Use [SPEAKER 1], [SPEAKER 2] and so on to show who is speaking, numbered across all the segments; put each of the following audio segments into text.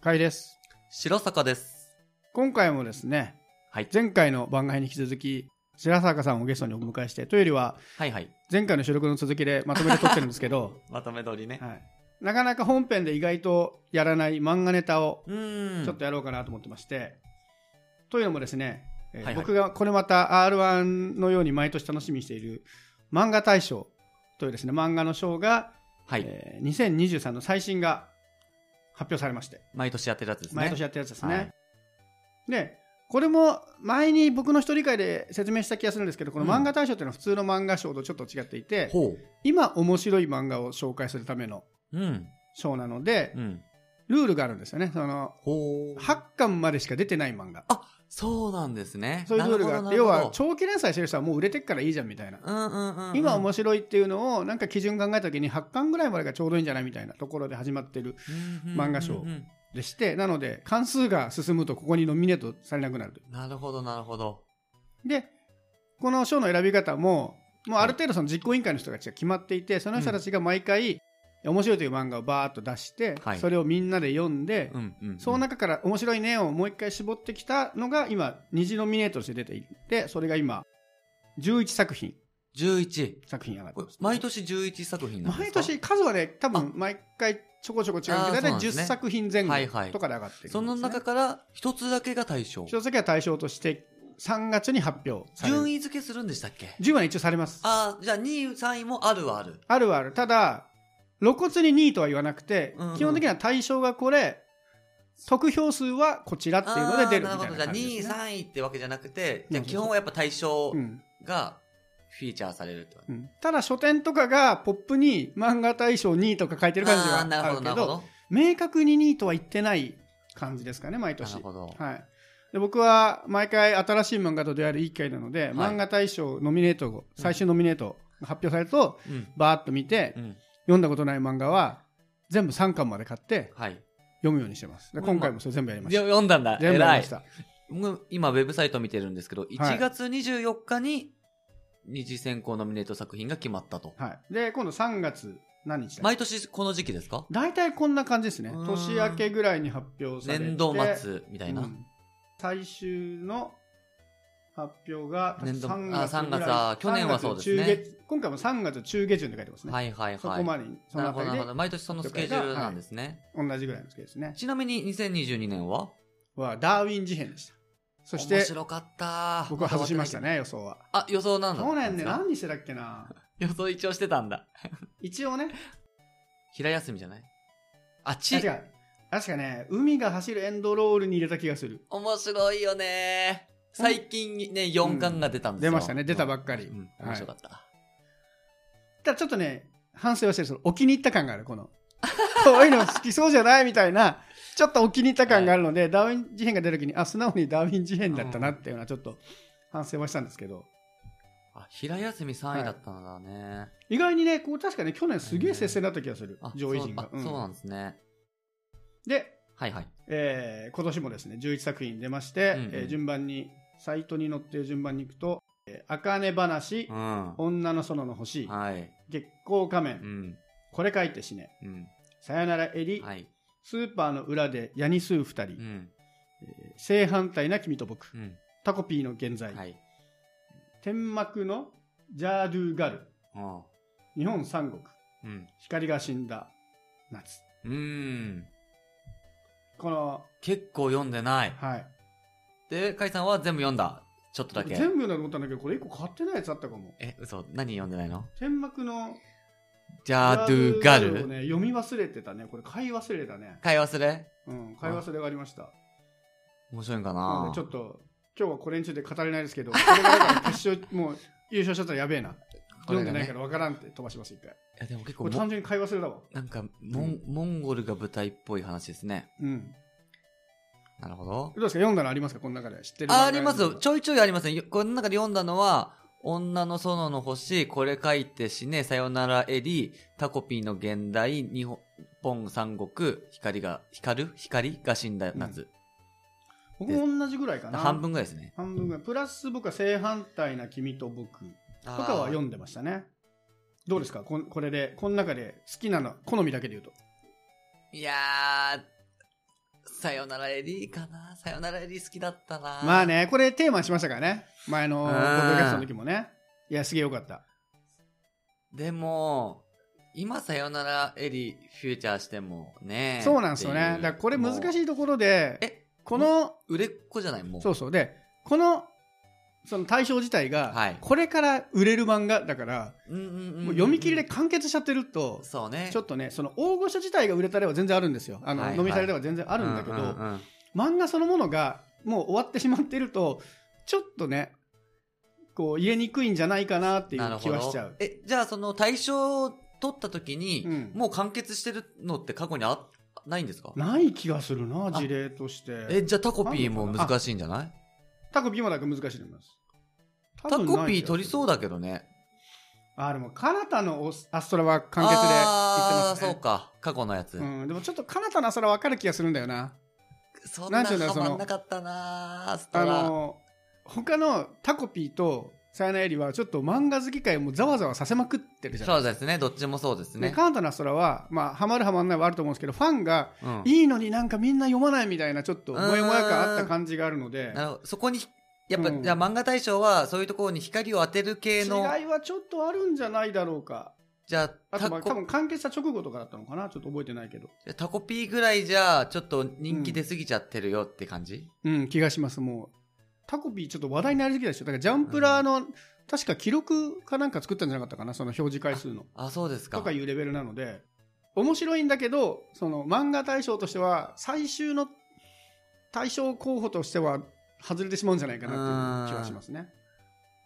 [SPEAKER 1] かいです。
[SPEAKER 2] 白坂です。
[SPEAKER 1] 今回もですね、
[SPEAKER 2] はい。
[SPEAKER 1] 前回の番外に引き続き、白坂さんをゲストにお迎えして、というよりは、
[SPEAKER 2] はいはい。
[SPEAKER 1] 前回の収録の続きでまとめて撮ってるんですけ ど、
[SPEAKER 2] まとめ通りね。
[SPEAKER 1] はい、なかなか本編で意外とやらない漫画ネタを
[SPEAKER 2] うーん。
[SPEAKER 1] ちょっとやろうかなと思ってまして、というのもですね、えー
[SPEAKER 2] はいはい
[SPEAKER 1] 僕がこれまた R1 のように毎年楽しみにしている漫画大賞というですね、漫画の賞が、
[SPEAKER 2] はい、
[SPEAKER 1] えー2023の最新が発表されまして、
[SPEAKER 2] 毎年やってるやつですね。
[SPEAKER 1] 毎年やってるやつですね。
[SPEAKER 2] はい
[SPEAKER 1] で、これも前に僕の一人会で説明した気がするんですけど、この漫画大賞というのは普通の漫画賞とちょっと違っていて、
[SPEAKER 2] ほ
[SPEAKER 1] 今面白い漫画を紹介するための
[SPEAKER 2] う。うん。
[SPEAKER 1] 賞なので
[SPEAKER 2] う、ん。
[SPEAKER 1] ルールがあるんですよね。その、
[SPEAKER 2] ほう。
[SPEAKER 1] 8巻までしか出てない漫画。
[SPEAKER 2] そうなんですね。
[SPEAKER 1] そういうルールがあって、要
[SPEAKER 2] な
[SPEAKER 1] は
[SPEAKER 2] るほど
[SPEAKER 1] 長期連載してる人はもう売れてっからいいじゃんみたいな。
[SPEAKER 2] なるほどうんうんうんうん。
[SPEAKER 1] 今
[SPEAKER 2] う
[SPEAKER 1] 面白いっていうのをなんか基準考えた時に8巻ぐらいまでがちょうどいいんじゃないみたいなところで始まってる
[SPEAKER 2] んうんうんうん
[SPEAKER 1] 漫画賞でして、なので関数が進むとここにノミネートされなくなるとい
[SPEAKER 2] なるほど、なるほど。
[SPEAKER 1] う。で、この賞の選び方も、もうある程度その実行委員会の人たちが決まっていて、その人たちが毎回面白いという漫画をバーッと出して
[SPEAKER 2] は、い
[SPEAKER 1] それをみんなで読んで
[SPEAKER 2] う、んうん、うん。
[SPEAKER 1] その中から面白いねをもう一回絞ってきたのが今、二次ノミネートとして出ていて、それが今、11作品、
[SPEAKER 2] 11。
[SPEAKER 1] 作品上がって
[SPEAKER 2] これ
[SPEAKER 1] ます。
[SPEAKER 2] 毎年11作品なんで
[SPEAKER 1] 毎
[SPEAKER 2] すか
[SPEAKER 1] 年、数はね、多分毎回ちょこちょこ違うんで、
[SPEAKER 2] あー
[SPEAKER 1] だい
[SPEAKER 2] そう
[SPEAKER 1] たい
[SPEAKER 2] なんで
[SPEAKER 1] 10
[SPEAKER 2] すね
[SPEAKER 1] 作品前
[SPEAKER 2] はいは
[SPEAKER 1] 後
[SPEAKER 2] い
[SPEAKER 1] とかで上がってるんですね、
[SPEAKER 2] その中から一つだけが対象。
[SPEAKER 1] 一つだけは対象として3月に発表される。
[SPEAKER 2] 順
[SPEAKER 1] 位
[SPEAKER 2] 位付けするんでしたっけ
[SPEAKER 1] 順位は一応されます。
[SPEAKER 2] ああ、じゃあ2位、3位もあるはある。
[SPEAKER 1] あるはある。ただ、露骨に2位とは言わなくて、
[SPEAKER 2] うんうん
[SPEAKER 1] 基本的には対象がこれ、得票数はこちらっていうので出るみ
[SPEAKER 2] あー
[SPEAKER 1] たい
[SPEAKER 2] るほど
[SPEAKER 1] な感じで
[SPEAKER 2] じ
[SPEAKER 1] す、
[SPEAKER 2] ゃ
[SPEAKER 1] ね。
[SPEAKER 2] あ2位、3位ってわけじゃなくて、
[SPEAKER 1] うん
[SPEAKER 2] じゃあ基本はやっぱ対象
[SPEAKER 1] うん
[SPEAKER 2] がフィーチャーされるってこと
[SPEAKER 1] うんただ書店とかがポップに漫画大賞2位とか書いてる感じは
[SPEAKER 2] あーな
[SPEAKER 1] ある
[SPEAKER 2] るほど、
[SPEAKER 1] け
[SPEAKER 2] な
[SPEAKER 1] ど
[SPEAKER 2] るほど。
[SPEAKER 1] 明確に2位とは言ってない感じですかね毎
[SPEAKER 2] な
[SPEAKER 1] 年
[SPEAKER 2] るほど。
[SPEAKER 1] はい、で僕は毎回新しい漫画と出会えるいい機会なので、
[SPEAKER 2] い
[SPEAKER 1] 漫画大賞ノミネート後最終ノミネートが発表されると、
[SPEAKER 2] うん。
[SPEAKER 1] バーッと見て、
[SPEAKER 2] うん。
[SPEAKER 1] 読んだことない漫画は全部3巻まで買って
[SPEAKER 2] はい。
[SPEAKER 1] 読むようにしてますで
[SPEAKER 2] これ
[SPEAKER 1] 今回もそれ全部やりま
[SPEAKER 2] い
[SPEAKER 1] し
[SPEAKER 2] や
[SPEAKER 1] た
[SPEAKER 2] 読んだんだ。
[SPEAKER 1] 全部やりま
[SPEAKER 2] 偉い
[SPEAKER 1] し。た
[SPEAKER 2] 僕今、ウェブサイト見てるんですけど、1月24日に二次選考ノミネート作品が決まったと。
[SPEAKER 1] はい、で今度3月何日だ
[SPEAKER 2] 毎年この時期ですか
[SPEAKER 1] 大体こんな感じですね
[SPEAKER 2] うん
[SPEAKER 1] 年明けぐらいに発表されて
[SPEAKER 2] 年度末みたいな。
[SPEAKER 1] うん最終の発表が
[SPEAKER 2] 年度
[SPEAKER 1] 3月
[SPEAKER 2] あ3
[SPEAKER 1] ぐらい
[SPEAKER 2] 月あ去年はそうです
[SPEAKER 1] 3
[SPEAKER 2] ね
[SPEAKER 1] 月中下今回も3月中下旬って書いてますね、
[SPEAKER 2] はいはい
[SPEAKER 1] そ
[SPEAKER 2] は
[SPEAKER 1] こ
[SPEAKER 2] い。
[SPEAKER 1] までにその
[SPEAKER 2] なる
[SPEAKER 1] あた
[SPEAKER 2] ほど、
[SPEAKER 1] りで
[SPEAKER 2] なるほど。毎年そのスケジュールなんですね。
[SPEAKER 1] 同じぐらいのスケールですね
[SPEAKER 2] ちなみに2022年は
[SPEAKER 1] はダーウィン事変でしたそして
[SPEAKER 2] 面白かった。
[SPEAKER 1] 僕は外しました。ね予想は
[SPEAKER 2] あ、予想なんだ。
[SPEAKER 1] 去年ね何にしてたっけな
[SPEAKER 2] 予想一応してたんだ。
[SPEAKER 1] 一応ね
[SPEAKER 2] 平休みじゃないあ、
[SPEAKER 1] あ
[SPEAKER 2] ち
[SPEAKER 1] 違。う確かね海が走るエンドロールに入れた気がする
[SPEAKER 2] 面白いよね。最近ね、4巻が出たんですよ、
[SPEAKER 1] 出ましたね出たばっかり
[SPEAKER 2] うん、
[SPEAKER 1] はい
[SPEAKER 2] 面白かった。
[SPEAKER 1] ただちょっとね反省はしてるそのお気に入った感があるこ のこういうの好きそうじゃないみたいなちょっとお気に入った感があるので、ダーウィン事変が出る時にあ素直にダーウィン事変だったなっていうのはちょっと反省はしたんですけど
[SPEAKER 2] あ、平休み3位だったんだね。
[SPEAKER 1] 意外にねこう確かね去年すげえ接戦だった気がする、
[SPEAKER 2] あ
[SPEAKER 1] 上位陣が
[SPEAKER 2] そうあ
[SPEAKER 1] うん
[SPEAKER 2] そうなんですね。
[SPEAKER 1] で、
[SPEAKER 2] はいはい。
[SPEAKER 1] えー今年もですね11作品出まして、
[SPEAKER 2] うんうん
[SPEAKER 1] えー順番にサイトに載ってる順番に行くと「えー、茜話
[SPEAKER 2] う」ん。
[SPEAKER 1] 女の園の星」
[SPEAKER 2] はい。
[SPEAKER 1] 月光仮面」
[SPEAKER 2] うん。
[SPEAKER 1] これ書いて死ね」
[SPEAKER 2] うん。
[SPEAKER 1] 「さよならエリ」
[SPEAKER 2] はい。
[SPEAKER 1] スーパーの裏でヤニスー二人」
[SPEAKER 2] うん。
[SPEAKER 1] えー正反対な君と僕」
[SPEAKER 2] う
[SPEAKER 1] タコピーの現在」
[SPEAKER 2] ん。はい。
[SPEAKER 1] 天幕のジャードゥガル」
[SPEAKER 2] うん。
[SPEAKER 1] 「日本三国」
[SPEAKER 2] うん。
[SPEAKER 1] 「光が死んだ夏
[SPEAKER 2] うん。」
[SPEAKER 1] この
[SPEAKER 2] 結構読んでない。
[SPEAKER 1] はい
[SPEAKER 2] で、カイさんは全部読んだ。ちょっとだけ。
[SPEAKER 1] 全部だと思ったんだけどこれ一個買ってないやつあったかも
[SPEAKER 2] え、嘘。何読んでないの
[SPEAKER 1] 天幕の
[SPEAKER 2] ジャードゥガ
[SPEAKER 1] を
[SPEAKER 2] ル
[SPEAKER 1] ね読み忘れてたねこれ買い忘れたね
[SPEAKER 2] 会話する
[SPEAKER 1] うん買い忘れがありました
[SPEAKER 2] 面白いんか
[SPEAKER 1] なの
[SPEAKER 2] な
[SPEAKER 1] でちょっと今日はこれについて語れないですけどこれがだから決勝もう優勝しちゃったらやべえな
[SPEAKER 2] これ
[SPEAKER 1] 読
[SPEAKER 2] がね
[SPEAKER 1] んでないから分からんって飛ばします一回
[SPEAKER 2] いやでも結
[SPEAKER 1] こ
[SPEAKER 2] 構
[SPEAKER 1] れ単純に買い忘れだわ
[SPEAKER 2] なんかモン、モンゴルが舞台っぽい話ですね。
[SPEAKER 1] うん
[SPEAKER 2] なるほど
[SPEAKER 1] ど。うですか読んだのありますかこの中で知ってる漫画
[SPEAKER 2] あ、あります。ちょいちょいありますね。よこの中で読んだのは、女の園の星、これ書いて死ね、さよならエリー、タコピーの現代、日本三国、光が、光る光が死んだ夏。
[SPEAKER 1] 僕も同じぐらいかな
[SPEAKER 2] 半分ぐらいですね。
[SPEAKER 1] 半分ぐらいプラス僕は正反対な君と僕
[SPEAKER 2] と
[SPEAKER 1] とかは読んでましたねどうですかこんこれでこの中で好きなの好みだけで言うと
[SPEAKER 2] いやー、さよならエリーかな。さよならエリー好きだったな。
[SPEAKER 1] まあ。ね、これテーマにしましたからね。前の
[SPEAKER 2] う
[SPEAKER 1] ポ
[SPEAKER 2] ん
[SPEAKER 1] ッドキャストの時もね。いや、すげえよかった。
[SPEAKER 2] でも、今さよならエリーフューチャーしてもね。
[SPEAKER 1] そうなんですよ
[SPEAKER 2] ってい
[SPEAKER 1] ね。だ
[SPEAKER 2] う
[SPEAKER 1] からこれ難し
[SPEAKER 2] も
[SPEAKER 1] いところ
[SPEAKER 2] う
[SPEAKER 1] で、
[SPEAKER 2] え、
[SPEAKER 1] この、
[SPEAKER 2] 売れっ子じゃないもう。
[SPEAKER 1] そうそう。で、この、その対象自体が、
[SPEAKER 2] はい
[SPEAKER 1] これから売れる漫画だから、
[SPEAKER 2] うんうんうんうん。
[SPEAKER 1] もう読み切りで完結しちゃってると、
[SPEAKER 2] そうね。
[SPEAKER 1] ちょ
[SPEAKER 2] っ
[SPEAKER 1] っとね、その大御所自体が売れた例は全然あるんですよ。あの、
[SPEAKER 2] はいはい
[SPEAKER 1] 飲みされた例は全然あ
[SPEAKER 2] あ
[SPEAKER 1] るんだけど、漫画そのものがもう終わってしまっていると、ちょっとね、こう言えにくいんじゃないかなってい
[SPEAKER 2] なる
[SPEAKER 1] う気
[SPEAKER 2] ほ
[SPEAKER 1] はしちゃ
[SPEAKER 2] ど
[SPEAKER 1] う。。
[SPEAKER 2] え、じゃあその対象を取った時に、
[SPEAKER 1] うん
[SPEAKER 2] もう完結してるのって過去にあないんですか
[SPEAKER 1] ない気がするな、
[SPEAKER 2] あ
[SPEAKER 1] 事例として。
[SPEAKER 2] え、じゃあタコピーも難しいんじゃない
[SPEAKER 1] タコピーもなんか難しいと思います。タ
[SPEAKER 2] タコピー取りそうだけどね。
[SPEAKER 1] あ、でも、カナタのオスアストラは完結で言って
[SPEAKER 2] あ
[SPEAKER 1] ま
[SPEAKER 2] ー
[SPEAKER 1] すね。
[SPEAKER 2] そうか。過去のやつ。
[SPEAKER 1] うん、でもちょっとカナタのアストラ分かる気がするんだよな。
[SPEAKER 2] そん
[SPEAKER 1] な
[SPEAKER 2] なん
[SPEAKER 1] ていうんだろう
[SPEAKER 2] ハ
[SPEAKER 1] その
[SPEAKER 2] マんなかったなあスト
[SPEAKER 1] あ
[SPEAKER 2] ラ。
[SPEAKER 1] の、他のタコピーとサヤナエリはちょっと漫画好き界をもうざわざわさせまくってるじゃない
[SPEAKER 2] そうですね。どっちもそうです
[SPEAKER 1] ね、
[SPEAKER 2] ね。
[SPEAKER 1] カナタのアストラは、まあ、ハマるハマんないはあると思うんですけど、ファンが、
[SPEAKER 2] うん
[SPEAKER 1] いいのになんかみんな読まないみたいな、ちょっと、もやもや感あった感じがあるので、
[SPEAKER 2] なるほどそこに、やっぱ、
[SPEAKER 1] うん
[SPEAKER 2] じゃあ漫画大賞はそういうところに光を当てる系の、
[SPEAKER 1] 違いはちょっとあるんじゃないだろうか。
[SPEAKER 2] じゃあ
[SPEAKER 1] あと、
[SPEAKER 2] タ
[SPEAKER 1] まあ、
[SPEAKER 2] コ
[SPEAKER 1] 多分完結した直後とかだったのかなちょっと覚えてないけど。
[SPEAKER 2] タコピーぐらいじゃ、ちょっと人気出すぎちゃってるよって感じ、
[SPEAKER 1] うん、気がします、もう。タコピーちょっと話題になりすぎたでしょ。だからジャンプラーの、確か記録かなんか作ったんじゃなかったかなその表示回数の。
[SPEAKER 2] あ、そうですか。
[SPEAKER 1] とかいうレベルなので、面白いんだけど、その漫画大賞としては、最終の大賞候補としては、外れてしまうんじゃないかなっていう気はしますね。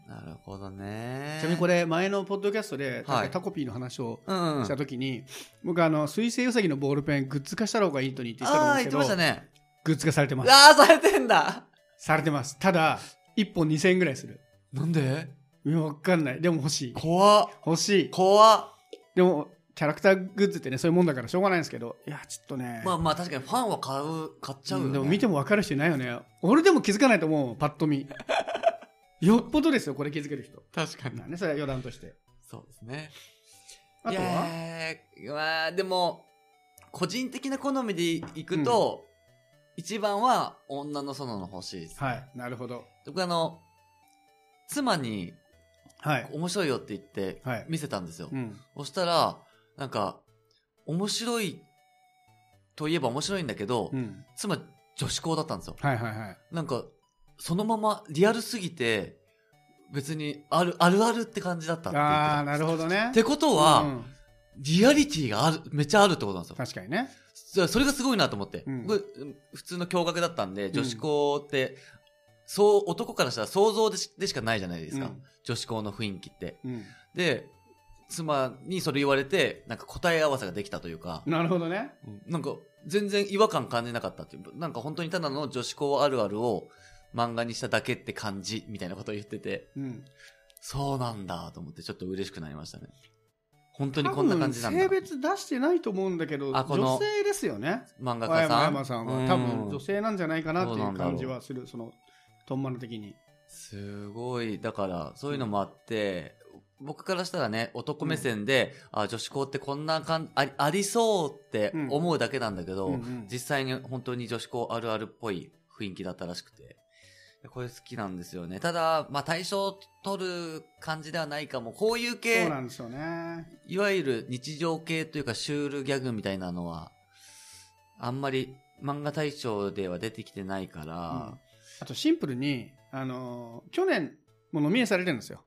[SPEAKER 2] なるほどね。
[SPEAKER 1] ちなみにこ
[SPEAKER 2] れ、
[SPEAKER 1] れ、前のポッドキャストで、
[SPEAKER 2] はい
[SPEAKER 1] タコピーの話を
[SPEAKER 2] うん、うん。
[SPEAKER 1] したときに、僕、あの、水星ウサギのボールペン、グッズ化した方がいいとにって言ってたと
[SPEAKER 2] あ
[SPEAKER 1] 思
[SPEAKER 2] あ
[SPEAKER 1] うんで
[SPEAKER 2] ー、言
[SPEAKER 1] す
[SPEAKER 2] っ
[SPEAKER 1] け
[SPEAKER 2] て
[SPEAKER 1] ど
[SPEAKER 2] ました、ね。
[SPEAKER 1] グッズ化されてます。
[SPEAKER 2] ああ、されてんだ。
[SPEAKER 1] されてます。ただ、1本2000円ぐらいする。
[SPEAKER 2] なんで
[SPEAKER 1] いやわかんない。でも欲しい。
[SPEAKER 2] 怖っ。
[SPEAKER 1] 欲しい。
[SPEAKER 2] 怖っ。
[SPEAKER 1] でも、キャラクターグッズってね、そういうもんだからしょうがないんですけど、いや、ちょっとね。
[SPEAKER 2] まあまあ確かにファンは買う、買っちゃうよ、ね
[SPEAKER 1] うんでも見ても分かる人いないよね。俺でも気づかないと思う、パッと 見。よっぽどですよ、これ気づける人。
[SPEAKER 2] 確か
[SPEAKER 1] まあ。ね、それは余談として。
[SPEAKER 2] そうですね。
[SPEAKER 1] あ
[SPEAKER 2] い
[SPEAKER 1] と
[SPEAKER 2] や
[SPEAKER 1] は
[SPEAKER 2] ーまあ、でも、個人的な好みでいくと、一番は女の園の星です。
[SPEAKER 1] はい、なるほど。
[SPEAKER 2] 僕あの、妻に
[SPEAKER 1] はい。
[SPEAKER 2] 面白いよって言って
[SPEAKER 1] はい、
[SPEAKER 2] 見せたんですよ。
[SPEAKER 1] うん。
[SPEAKER 2] そしたら、なんか、面白いといえば面白いんだけど、
[SPEAKER 1] うん。
[SPEAKER 2] 妻女子校だったんですよ。
[SPEAKER 1] はいはいはい。
[SPEAKER 2] なんか、そのままリアルすぎて、別にある、あるあるって感じだったって言って
[SPEAKER 1] あ
[SPEAKER 2] た
[SPEAKER 1] あ、なるほどね。
[SPEAKER 2] ってことは、
[SPEAKER 1] うんうん
[SPEAKER 2] リアリティがある、めっちゃあるってことなんですよ。
[SPEAKER 1] 確かにね。
[SPEAKER 2] それそれがすごいなと思って。
[SPEAKER 1] うん
[SPEAKER 2] 僕普通の共学だったんで、女子校って、そう、男からしたら想像でしでしかないじゃないですか、女子校の雰囲気って。
[SPEAKER 1] うん。
[SPEAKER 2] で、妻にそれ言われて、なんか答え合わせができたというか
[SPEAKER 1] う、んなるほどね。
[SPEAKER 2] なんか全然違和感感じなかったっていう、なんか本当にただの女子校あるあるを漫画にしただけって感じみたいなことを言ってて、
[SPEAKER 1] うん。
[SPEAKER 2] そうなんだと思ってちょっと嬉しくなりましたね。本当にこんな感じなんだ。
[SPEAKER 1] 多分性別出してないと思うんだけど、
[SPEAKER 2] あこの
[SPEAKER 1] 女性ですよね。
[SPEAKER 2] 漫画
[SPEAKER 1] 青
[SPEAKER 2] 家
[SPEAKER 1] 山
[SPEAKER 2] さん。
[SPEAKER 1] 山さんは多
[SPEAKER 2] う
[SPEAKER 1] 分
[SPEAKER 2] ん
[SPEAKER 1] 女性なんじゃないかなって
[SPEAKER 2] そう
[SPEAKER 1] い
[SPEAKER 2] な
[SPEAKER 1] うん
[SPEAKER 2] だろう
[SPEAKER 1] 感じはする、その、トンマの的に。
[SPEAKER 2] すごい。だから、そういうのもあって、僕からしたらね、男目線で、あ、女子校ってこんなかんあり、ありそうって思うだけなんだけど、
[SPEAKER 1] うんうん
[SPEAKER 2] 実際に本当に女子校あるあるっぽい雰囲気だったらしくて。これ好きなんですよね。ただ、まあ、対象取る感じではないかも。こういう
[SPEAKER 1] そう
[SPEAKER 2] 系、
[SPEAKER 1] なんですよね。
[SPEAKER 2] いわゆる日常系というかシュールギャグみたいなのは、あんまり漫画大賞では出てきてないから、
[SPEAKER 1] あとシンプルに、あのー去年もノミネされてるんですよ。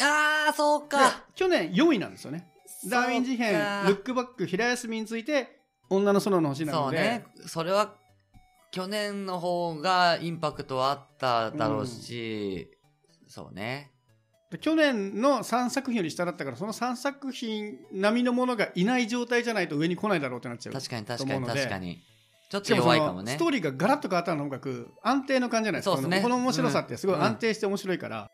[SPEAKER 2] あー、そう
[SPEAKER 1] で
[SPEAKER 2] か
[SPEAKER 1] 去年4位なんですよね。ダーウィン事変
[SPEAKER 2] そうか、
[SPEAKER 1] ルックバック、平休みについて、女の園の星な
[SPEAKER 2] そ
[SPEAKER 1] の
[SPEAKER 2] う
[SPEAKER 1] で、
[SPEAKER 2] ね。それは、去年の方がインパクトはあっただろうし、そうね。
[SPEAKER 1] で去年の3作品より下だったから、その3作品並みのものがいない状態じゃないと上に来ないだろうってなっちゃう。
[SPEAKER 2] 確かに
[SPEAKER 1] と
[SPEAKER 2] 確か
[SPEAKER 1] 思う
[SPEAKER 2] に
[SPEAKER 1] ので
[SPEAKER 2] 確かに。ちょっ
[SPEAKER 1] し
[SPEAKER 2] と
[SPEAKER 1] かも
[SPEAKER 2] 弱い
[SPEAKER 1] そ
[SPEAKER 2] か
[SPEAKER 1] の
[SPEAKER 2] もね
[SPEAKER 1] スト。ーリーがガラッと変わったのがく安定の感じじゃないですか
[SPEAKER 2] そうですね
[SPEAKER 1] このこの面白さってすごい
[SPEAKER 2] うん
[SPEAKER 1] 安定して面白いから、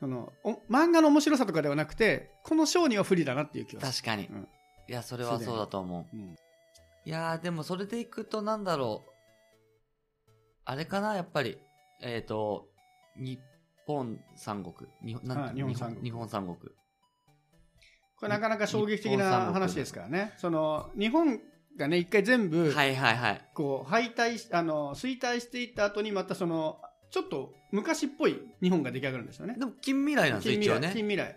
[SPEAKER 1] そのお漫画の面白さとかではなくてこの賞には不利だなっていう気がする
[SPEAKER 2] 確かに
[SPEAKER 1] うん。
[SPEAKER 2] いや、それはそうだと思う
[SPEAKER 1] うん。
[SPEAKER 2] いやー、でもそれでいくとなんだろう。あれかな、やっぱり。えっと、日本三国。日本なん
[SPEAKER 1] あ
[SPEAKER 2] て
[SPEAKER 1] 日本三国
[SPEAKER 2] 日本三国。
[SPEAKER 1] これなかなか衝撃的な話ですからね。その日本がね一回全部
[SPEAKER 2] はいはいはい。
[SPEAKER 1] こう敗退しあの衰退していった後にまたそのちょっと昔っぽい日本が出来上がるんですよね。
[SPEAKER 2] でも近未来なんですよ、
[SPEAKER 1] 近
[SPEAKER 2] 一
[SPEAKER 1] 未
[SPEAKER 2] 応
[SPEAKER 1] 来
[SPEAKER 2] ね。
[SPEAKER 1] 近未来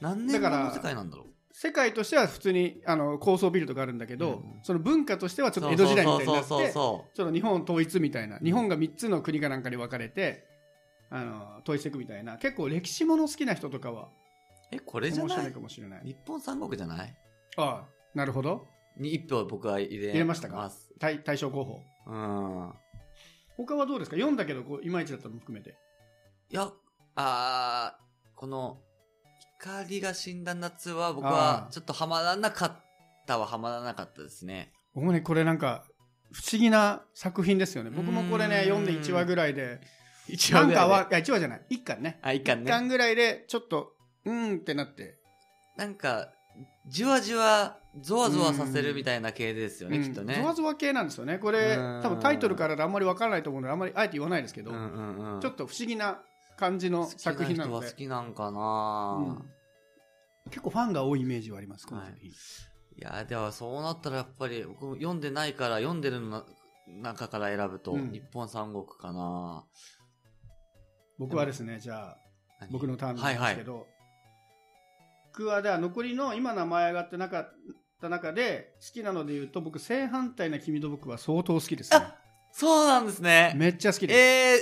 [SPEAKER 2] 何年後
[SPEAKER 1] だから
[SPEAKER 2] の世界なんだろう。
[SPEAKER 1] 世界としては普通にあの高層ビルとかあるんだけど、
[SPEAKER 2] うん
[SPEAKER 1] その文化としてはちょっと江戸時代みたいになって
[SPEAKER 2] そうそうそう
[SPEAKER 1] ちょっと日本統一みたいな日本が3つの国かなんかに分かれてあの統一していくみたいな結構歴史もの好きな人とかは
[SPEAKER 2] そう。え、これ
[SPEAKER 1] 面
[SPEAKER 2] じゃな
[SPEAKER 1] 白
[SPEAKER 2] い
[SPEAKER 1] いかもしれない。
[SPEAKER 2] 日本三国じゃない
[SPEAKER 1] ああなるほど
[SPEAKER 2] に一票僕は入れ
[SPEAKER 1] 入れましたか
[SPEAKER 2] ます
[SPEAKER 1] 対対象候補
[SPEAKER 2] うん。
[SPEAKER 1] 他はどうですか読んだけどこういまいちだったのも含めて
[SPEAKER 2] いや、あーこの、光が死んだ夏は僕
[SPEAKER 1] あ
[SPEAKER 2] は
[SPEAKER 1] ー
[SPEAKER 2] ちょっとハマらなかったはハマらなかったですね。
[SPEAKER 1] 僕もねこれなんか不思議な作品ですよね僕もこれね
[SPEAKER 2] うーん
[SPEAKER 1] 読んで1話ぐらいで
[SPEAKER 2] 一
[SPEAKER 1] なんかは、いや1話じゃない1巻ね
[SPEAKER 2] あ、いかん
[SPEAKER 1] 1
[SPEAKER 2] ね。
[SPEAKER 1] 巻ぐらいでちょっとうーんってなって
[SPEAKER 2] なんか、じわじわ、ゾワゾワさせるみたいな系ですよね、
[SPEAKER 1] うん
[SPEAKER 2] きっとね。
[SPEAKER 1] ゾワゾワ系なんですよねこれ
[SPEAKER 2] うん
[SPEAKER 1] 多分タイトルからであんまりわからないと思うのであんまりあえて言わないですけど、
[SPEAKER 2] うんうんうん。
[SPEAKER 1] ちょっと不思議な感じの作品なの
[SPEAKER 2] 好き人は
[SPEAKER 1] で
[SPEAKER 2] 好きなんか
[SPEAKER 1] う
[SPEAKER 2] な、
[SPEAKER 1] ん結構ファンが多いイメージはありますこの作品、
[SPEAKER 2] いや、ではそうなったらやっぱり、僕も読んでないから、読んでるのな中から選ぶと、
[SPEAKER 1] うん
[SPEAKER 2] 日本三国かな
[SPEAKER 1] 僕はですねじゃあ
[SPEAKER 2] 何
[SPEAKER 1] 僕のターンなんですけど、僕はでは残りの今名前上がってなかった中で好きなので言うと僕正反対な君と僕は相当好きです、ね、
[SPEAKER 2] そうなんですね。
[SPEAKER 1] めっちゃ好きです
[SPEAKER 2] え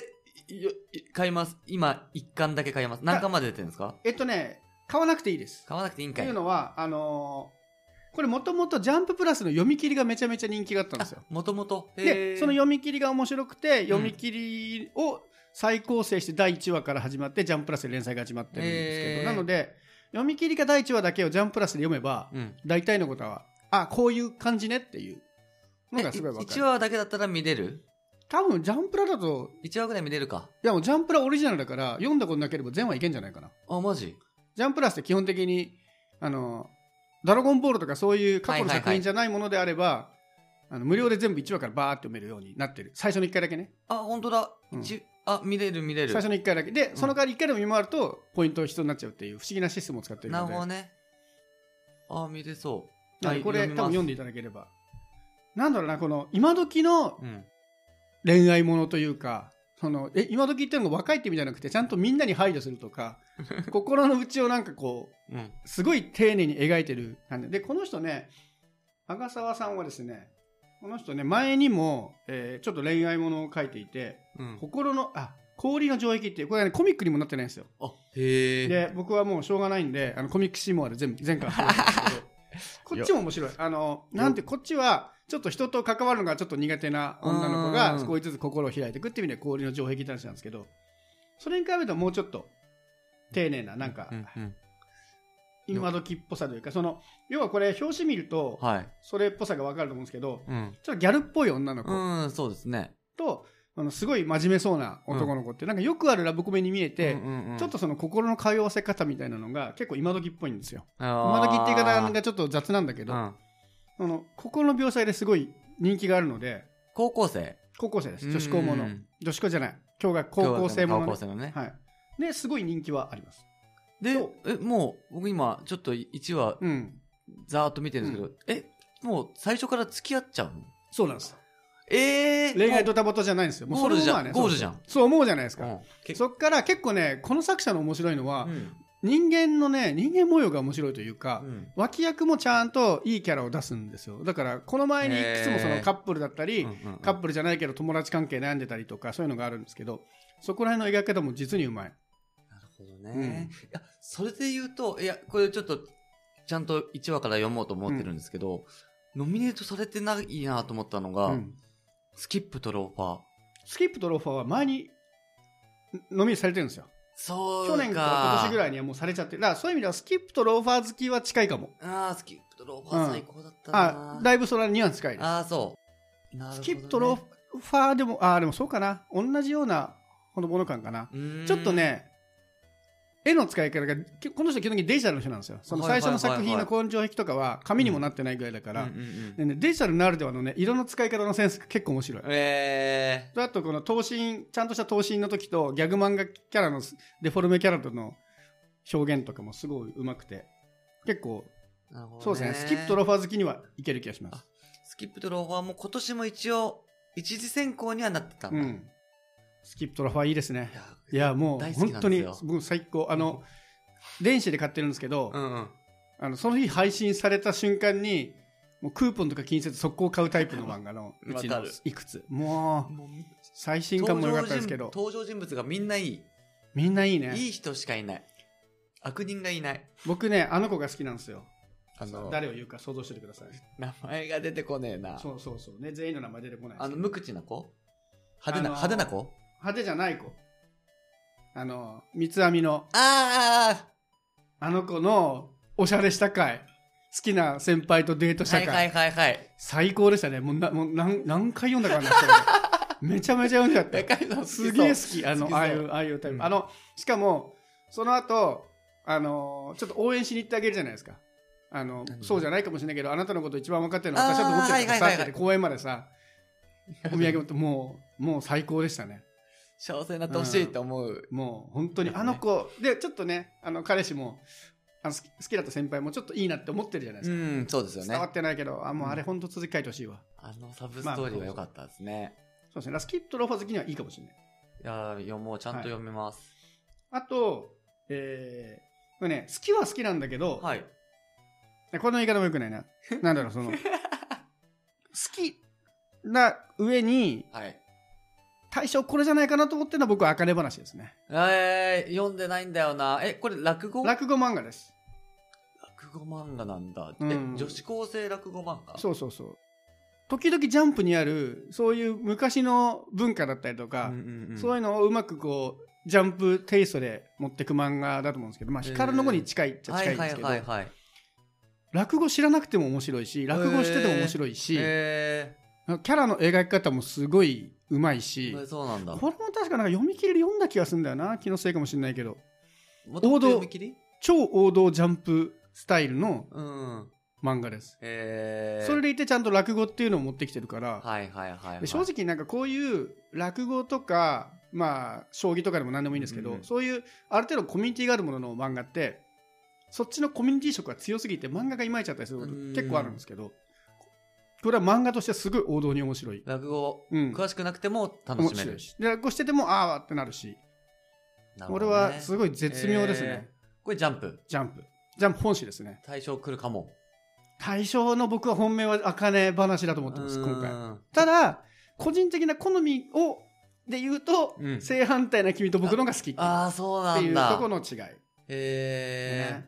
[SPEAKER 2] ーよ買います。今、一巻だけ買います。何巻まで出てるんですか
[SPEAKER 1] えっとね買わなくていいです
[SPEAKER 2] 買わなくていいん
[SPEAKER 1] と
[SPEAKER 2] かい。
[SPEAKER 1] いうのはあのーこれもともと「ジャンププラス」の読み切りがめちゃめちゃ人気があったんですよ
[SPEAKER 2] もともと。へ
[SPEAKER 1] で
[SPEAKER 2] ー
[SPEAKER 1] その読み切りが面白くて読み切りを再構成して第1話から始まって「ジャンププラス」で連載が始まってるんですけ
[SPEAKER 2] へー
[SPEAKER 1] どなので読み切りが第1話だけを「ジャンププラス」で読めば
[SPEAKER 2] うん。
[SPEAKER 1] 大体のことはあこういう感じねっていうのがすごいわか
[SPEAKER 2] 1
[SPEAKER 1] る
[SPEAKER 2] 話だけだったら見れる
[SPEAKER 1] 多分ジャンプラだと
[SPEAKER 2] ?1 話ぐらい見れるか。
[SPEAKER 1] いやもうジャンプラオリジナルだから読んだことなければ全話いけんじゃないかな
[SPEAKER 2] あ、マジ
[SPEAKER 1] ジャンプラスって基本的にあのドラゴンボールとかそういう過去の
[SPEAKER 2] はいはい
[SPEAKER 1] 作
[SPEAKER 2] はい
[SPEAKER 1] 品じゃないものであれば、あの無料で全部1話からバーって読めるようになってる最初の1回だけね
[SPEAKER 2] あ、本当だ。
[SPEAKER 1] うん
[SPEAKER 2] 一あ、見れる見れ
[SPEAKER 1] 最
[SPEAKER 2] る。
[SPEAKER 1] 初の1回だけで
[SPEAKER 2] ん
[SPEAKER 1] その代わり1回でも見回るとポイント必要になっちゃうっていう不思議なシステムを使ってる
[SPEAKER 2] な
[SPEAKER 1] の
[SPEAKER 2] るほ
[SPEAKER 1] で
[SPEAKER 2] どね。あ、見れそう。
[SPEAKER 1] なのでこれ多分読ん
[SPEAKER 2] で。
[SPEAKER 1] でいただければなんだろうなこの今時の
[SPEAKER 2] うん。
[SPEAKER 1] 恋愛ものというかそのえ今時言ってるのが若いって意味じゃなくてちゃんとみんなに配慮すると か心の内をなんかこう
[SPEAKER 2] うん。
[SPEAKER 1] すごい丁寧に描いてる感じでこの人ね長澤さんはですねこの人ね前にも、えーちょっと恋愛ものを書いていて
[SPEAKER 2] うん。
[SPEAKER 1] 心のあ氷の上域っていうこれはねコミックにもなってないんですよ
[SPEAKER 2] あ、へえ。
[SPEAKER 1] で僕はもうしょうがないんであのコミックシモアで全部前回話したん ですけどこっちも面白いあのなんてこっちはちょっと人と関わるのがちょっと苦手な女の子が
[SPEAKER 2] うん
[SPEAKER 1] 少しずつ心を開いていくっていう意味で氷の城壁男子なんですけどそれに比べるともうちょっと丁寧ななんか
[SPEAKER 2] うんうん
[SPEAKER 1] 今時っぽさというかその要はこれ表紙見ると
[SPEAKER 2] はい。
[SPEAKER 1] それっぽさが分かると思うんですけど
[SPEAKER 2] うん。
[SPEAKER 1] ちょっとギャルっぽい女の子
[SPEAKER 2] うん、そうですね。
[SPEAKER 1] とあのすごい真面目そうな男の子ってなんかよくあるラブコメに見えて、
[SPEAKER 2] うんうんうん
[SPEAKER 1] ちょっとその心の通わせ方みたいなのが結構今時っぽいんですよ。今
[SPEAKER 2] 今
[SPEAKER 1] 時って言い方がちょっと雑なんだけど、あの心の描写ですごい人気があるので、
[SPEAKER 2] 高校生
[SPEAKER 1] 高校生です。女子校もの
[SPEAKER 2] うん。
[SPEAKER 1] 女子校じゃない。今日が高校生もの
[SPEAKER 2] 高
[SPEAKER 1] ね
[SPEAKER 2] 校。生のね、
[SPEAKER 1] はい。で、すごい人気はあります。
[SPEAKER 2] で
[SPEAKER 1] そう
[SPEAKER 2] えもう僕今ちょっと1話
[SPEAKER 1] うん。
[SPEAKER 2] ざーっと見てるんですけど、えもう最初から付き合っちゃうの
[SPEAKER 1] そうなんです。
[SPEAKER 2] ええ
[SPEAKER 1] 恋愛ドタバタじゃないんですよ。もう
[SPEAKER 2] ゴール
[SPEAKER 1] そ
[SPEAKER 2] じ
[SPEAKER 1] れもま
[SPEAKER 2] ゃ
[SPEAKER 1] あ
[SPEAKER 2] ん、
[SPEAKER 1] ね
[SPEAKER 2] ゴールじゃん、
[SPEAKER 1] そう思うじゃないです
[SPEAKER 2] う
[SPEAKER 1] か。
[SPEAKER 2] ん結
[SPEAKER 1] そっから結構ね、この作者の面白いのは、
[SPEAKER 2] うん
[SPEAKER 1] 人間のね、人間模様が面白いというか、
[SPEAKER 2] うん
[SPEAKER 1] 脇役もちゃんといいキャラを出すんですよ。だから、この前にいくつもそ
[SPEAKER 2] へ
[SPEAKER 1] の
[SPEAKER 2] ー
[SPEAKER 1] カップルだったり、
[SPEAKER 2] うんうんうん
[SPEAKER 1] カップルじゃないけど友達関係悩んでたりとかそういうのがあるんですけどそこら辺の描き方も実にうまい
[SPEAKER 2] なるほどね、いやそれで言うといやこれちょっとちゃんと1話から読もうと思ってるんですけど、ノミネートされてないなと思ったのが、
[SPEAKER 1] うん
[SPEAKER 2] スキップとローファー
[SPEAKER 1] スキップとローファーは前にノミネートされてるんですよ
[SPEAKER 2] そうか
[SPEAKER 1] 去年か今年ぐらいにはもうされちゃってるだからそういう意味ではスキップとローファー好きは近いかも
[SPEAKER 2] ああスキップとローファー最高だったな、
[SPEAKER 1] あだいぶそれはニュアンス近いです
[SPEAKER 2] ああ、そう。
[SPEAKER 1] スキップとローファーでもあでもそうかな同じようなほのぼの感かなちょっと、ね絵の使い方がきこの人基本的にデジタルの人なんですよその最初の作品の根性壁とかは紙にもなってないぐらいだか、
[SPEAKER 2] からうんうんうん
[SPEAKER 1] でね、デジタルならではのね、色の使い方のセンスが結構面白い。
[SPEAKER 2] え
[SPEAKER 1] あと、この頭身、ちゃんとした頭身の時と、ギャグ漫画キャラのす、デフォルメキャラとの表現とかもすごい上手くて、結構、
[SPEAKER 2] ー、なるほど
[SPEAKER 1] そうですね、スキップとロ
[SPEAKER 2] フ
[SPEAKER 1] ファー好きにはいける気がします。
[SPEAKER 2] スキップとローファーも今年も一応、一次選考にはなってたん
[SPEAKER 1] う
[SPEAKER 2] だ。
[SPEAKER 1] ん。スキップとラファーいいですね。
[SPEAKER 2] い
[SPEAKER 1] い
[SPEAKER 2] や
[SPEAKER 1] や、もう
[SPEAKER 2] 大好き
[SPEAKER 1] 本
[SPEAKER 2] なん
[SPEAKER 1] 当
[SPEAKER 2] です
[SPEAKER 1] に
[SPEAKER 2] よ、
[SPEAKER 1] 僕最高。あの、電子で買ってるんですけど、
[SPEAKER 2] うんうん。
[SPEAKER 1] あのその日配信された瞬間に、もうクーポンとか気にせず速攻買うタイプの漫画のうち
[SPEAKER 2] わ
[SPEAKER 1] の
[SPEAKER 2] かる
[SPEAKER 1] いくつ。もう、
[SPEAKER 2] もう
[SPEAKER 1] 最新刊も良かったですけど、
[SPEAKER 2] 登場人物がみんないい。
[SPEAKER 1] みんないいね。
[SPEAKER 2] いい人しかいない。悪人がいない。
[SPEAKER 1] 僕ね、あの子が好きなんですよ。
[SPEAKER 2] あの、
[SPEAKER 1] 誰を言うか想像しててください。
[SPEAKER 2] 名前が出てこねえな。
[SPEAKER 1] そうそうそう。ね、全員の名前出てこないです
[SPEAKER 2] あ
[SPEAKER 1] け
[SPEAKER 2] の、
[SPEAKER 1] ど
[SPEAKER 2] 無口な子派手な、
[SPEAKER 1] あのー
[SPEAKER 2] 派手な子
[SPEAKER 1] 派手じゃない子。あの、三つ編みの、
[SPEAKER 2] あ
[SPEAKER 1] あの子のおしゃれした会。好きな先輩とデートし
[SPEAKER 2] あは
[SPEAKER 1] た
[SPEAKER 2] い
[SPEAKER 1] 会。
[SPEAKER 2] はいはいはい。
[SPEAKER 1] 最高でしたね。もうなもう何何回読んだかなそ れ。めちゃめちゃ読んじゃっ
[SPEAKER 2] で
[SPEAKER 1] た。
[SPEAKER 2] かいの好きそう
[SPEAKER 1] すげえ好き。あ
[SPEAKER 2] 好
[SPEAKER 1] の
[SPEAKER 2] き、そう
[SPEAKER 1] ああいう、ああいうタイプ。
[SPEAKER 2] うん
[SPEAKER 1] あの、しかも、その後、あの、ちょっと応援しに行ってあげるじゃないですか。あの、
[SPEAKER 2] 何
[SPEAKER 1] そうじゃないかもしれないけど、あなたのこと一番分かってるのは私だと思ってるか
[SPEAKER 2] あーはい
[SPEAKER 1] ら
[SPEAKER 2] はい
[SPEAKER 1] さ、
[SPEAKER 2] はいはい
[SPEAKER 1] って公園までさ、お土産持って、もう、もう最高でしたね。
[SPEAKER 2] 幸せになってほしいと思う。
[SPEAKER 1] もう本当にあの子、でちょっとねあの彼氏もあの好き好きだった先輩もちょっといいなって思ってるじゃないで
[SPEAKER 2] う
[SPEAKER 1] すか、
[SPEAKER 2] ん、そうですよ
[SPEAKER 1] 伝わ
[SPEAKER 2] ね
[SPEAKER 1] っ。てないけどあもう
[SPEAKER 2] うん
[SPEAKER 1] あれ本当続き書いてほしいわ、
[SPEAKER 2] あのサブストーリーは良かったですね。
[SPEAKER 1] そうですねラスキップとローファー好きにはいいかもしれない
[SPEAKER 2] いやー読もう、ちゃんと読みます。
[SPEAKER 1] あとえー、これね好きは好きなんだけど、
[SPEAKER 2] はい。
[SPEAKER 1] この言い方もよくない ななんだろうその好きな上に
[SPEAKER 2] はい。
[SPEAKER 1] 対象これじゃないかなと思ってるのは僕はあかね話ですね
[SPEAKER 2] えー、読んでないんだよな。え、これ落語落
[SPEAKER 1] 落語漫画です
[SPEAKER 2] 語漫画なんだ。
[SPEAKER 1] うん
[SPEAKER 2] え、女子高生落語漫画
[SPEAKER 1] そうそうそう時々ジャンプにあるそういう昔の文化だったりとか、
[SPEAKER 2] うんうんうん
[SPEAKER 1] そういうのをうまくこうジャンプテイストで持ってく漫画だと思うんですけど、まあ、
[SPEAKER 2] えー
[SPEAKER 1] 光の子に近いっちゃ
[SPEAKER 2] は
[SPEAKER 1] 近い
[SPEAKER 2] い
[SPEAKER 1] んで
[SPEAKER 2] は
[SPEAKER 1] す
[SPEAKER 2] い
[SPEAKER 1] けど、
[SPEAKER 2] はいはい。
[SPEAKER 1] 落語知らなくても面白いし落語してても面白いし、
[SPEAKER 2] え
[SPEAKER 1] キャラの描き方もすごいうまいし、
[SPEAKER 2] ー、そうなんだ。
[SPEAKER 1] これも確かなんか読み切りで読んだ気がするんだよな気のせいかもしれないけど
[SPEAKER 2] 元々読み切り
[SPEAKER 1] 超王道ジャンプスタイルの
[SPEAKER 2] うん。
[SPEAKER 1] 漫画です、
[SPEAKER 2] えー、
[SPEAKER 1] それでいてちゃんと落語っていうのを持ってきてるから、
[SPEAKER 2] はいはいはい、はい。
[SPEAKER 1] で正直なんかこういう落語とか、まあ、将棋とかでも何でもいいんですけど、
[SPEAKER 2] うんうん
[SPEAKER 1] そういうある程度コミュニティがあるものの漫画ってそっちのコミュニティ色が強すぎて漫画がいまいちだったりすること
[SPEAKER 2] うん
[SPEAKER 1] 結構あるんですけどこれは漫画としてすごい王道に面白い。
[SPEAKER 2] 落語、
[SPEAKER 1] うん
[SPEAKER 2] 詳しくなくても楽
[SPEAKER 1] 面
[SPEAKER 2] しめ
[SPEAKER 1] 白
[SPEAKER 2] る
[SPEAKER 1] い。しで落語しててもああってなるし
[SPEAKER 2] なるほ
[SPEAKER 1] 俺
[SPEAKER 2] どね
[SPEAKER 1] はすごい絶妙ですね、
[SPEAKER 2] これジャンプ。
[SPEAKER 1] ジャンプジャンプ本誌ですね
[SPEAKER 2] 対象来るかも。
[SPEAKER 1] 対象の僕は本命は茜話だと思ってます今回
[SPEAKER 2] 回。
[SPEAKER 1] ただ個人的な好みをで言うと、
[SPEAKER 2] うん
[SPEAKER 1] 正反対な君と僕の方が好きっていう
[SPEAKER 2] ああ、そうな
[SPEAKER 1] っていう
[SPEAKER 2] ん
[SPEAKER 1] と
[SPEAKER 2] だ。
[SPEAKER 1] この違い、
[SPEAKER 2] え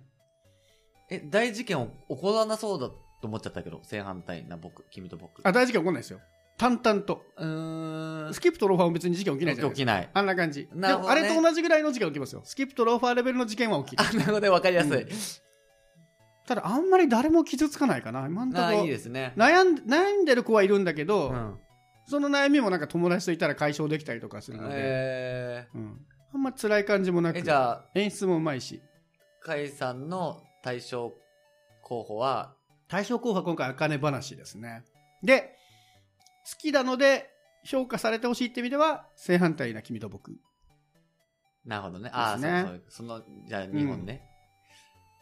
[SPEAKER 1] ね
[SPEAKER 2] ー、え、大事件を起こらなそうだと思っちゃったけど、正反対な僕、君と僕。
[SPEAKER 1] あ大事件起こんないですよ淡々と
[SPEAKER 2] うーん。
[SPEAKER 1] スキップとローファーも別に事件起きないじゃない
[SPEAKER 2] 起
[SPEAKER 1] です
[SPEAKER 2] き
[SPEAKER 1] か
[SPEAKER 2] ない。
[SPEAKER 1] あんな感じ
[SPEAKER 2] なるほどね
[SPEAKER 1] でもあれと同じぐらいの事件起きますよスキップとローファーレベルの事件は起きる
[SPEAKER 2] あ、なるほど、わかりやすい。
[SPEAKER 1] ただあんまり誰も傷つかないかな今んとこ
[SPEAKER 2] ああ、いいですね。
[SPEAKER 1] 悩ん悩んでる子はいるんだけど、
[SPEAKER 2] うん。
[SPEAKER 1] その悩みもなんか友達といたら解消できたりとかするので、
[SPEAKER 2] え
[SPEAKER 1] うん、あんま辛い感じもな
[SPEAKER 2] ー、
[SPEAKER 1] く
[SPEAKER 2] え、じゃあ、
[SPEAKER 1] 演出もうまいし
[SPEAKER 2] カイさんの対象候補は、
[SPEAKER 1] 対象候補は今回、あかね話ですね。で、好きなので、評価されてほしいって意味では、正反対な君と僕。
[SPEAKER 2] なるほどね。ああ、
[SPEAKER 1] ですね
[SPEAKER 2] そうそう。その、じゃあ、日本ね。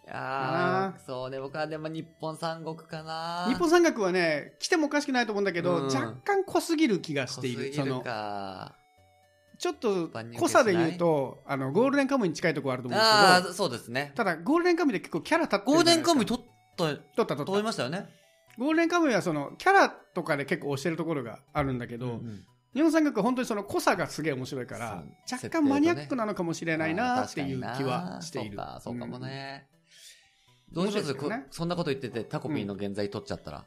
[SPEAKER 2] ああ、そうね。僕はでも日本三国かな。
[SPEAKER 1] 日本山岳はね、来てもおかしくないと思うんだけど、
[SPEAKER 2] うん
[SPEAKER 1] 若干濃すぎる気がしてい
[SPEAKER 2] 濃す
[SPEAKER 1] る。
[SPEAKER 2] ぎ
[SPEAKER 1] そ
[SPEAKER 2] る
[SPEAKER 1] の、
[SPEAKER 2] か。
[SPEAKER 1] ちょっと
[SPEAKER 2] 万人受けしない
[SPEAKER 1] 濃さで言うと、あの、ゴールデンカムイに近いところあると思うんです
[SPEAKER 2] あ
[SPEAKER 1] け
[SPEAKER 2] あ、そうですね
[SPEAKER 1] ど、。ただ、ゴールデンカムイで結構キャラ立ってる
[SPEAKER 2] ゴ
[SPEAKER 1] じ
[SPEAKER 2] ール
[SPEAKER 1] ゃな
[SPEAKER 2] デ
[SPEAKER 1] い
[SPEAKER 2] ン
[SPEAKER 1] ですか。
[SPEAKER 2] カムイ取った、
[SPEAKER 1] 撮った撮
[SPEAKER 2] 取り
[SPEAKER 1] った。
[SPEAKER 2] ましたよね。
[SPEAKER 1] ゴールデンカムイはその、キャラとかで結構押してるところがあるんだけど、日本山岳は本当にその濃さがすげえ面白いから
[SPEAKER 2] そう、
[SPEAKER 1] 若
[SPEAKER 2] 設定と
[SPEAKER 1] 干
[SPEAKER 2] ね
[SPEAKER 1] マニアックなのかもしれない
[SPEAKER 2] あ
[SPEAKER 1] な
[SPEAKER 2] ー
[SPEAKER 1] っていう気はしている。
[SPEAKER 2] 確かになそうか、そうかも
[SPEAKER 1] うん
[SPEAKER 2] ね。どうしま
[SPEAKER 1] 面
[SPEAKER 2] す
[SPEAKER 1] 白いですよね
[SPEAKER 2] こそんなこと言ってて、タコピーの現在取っちゃったら。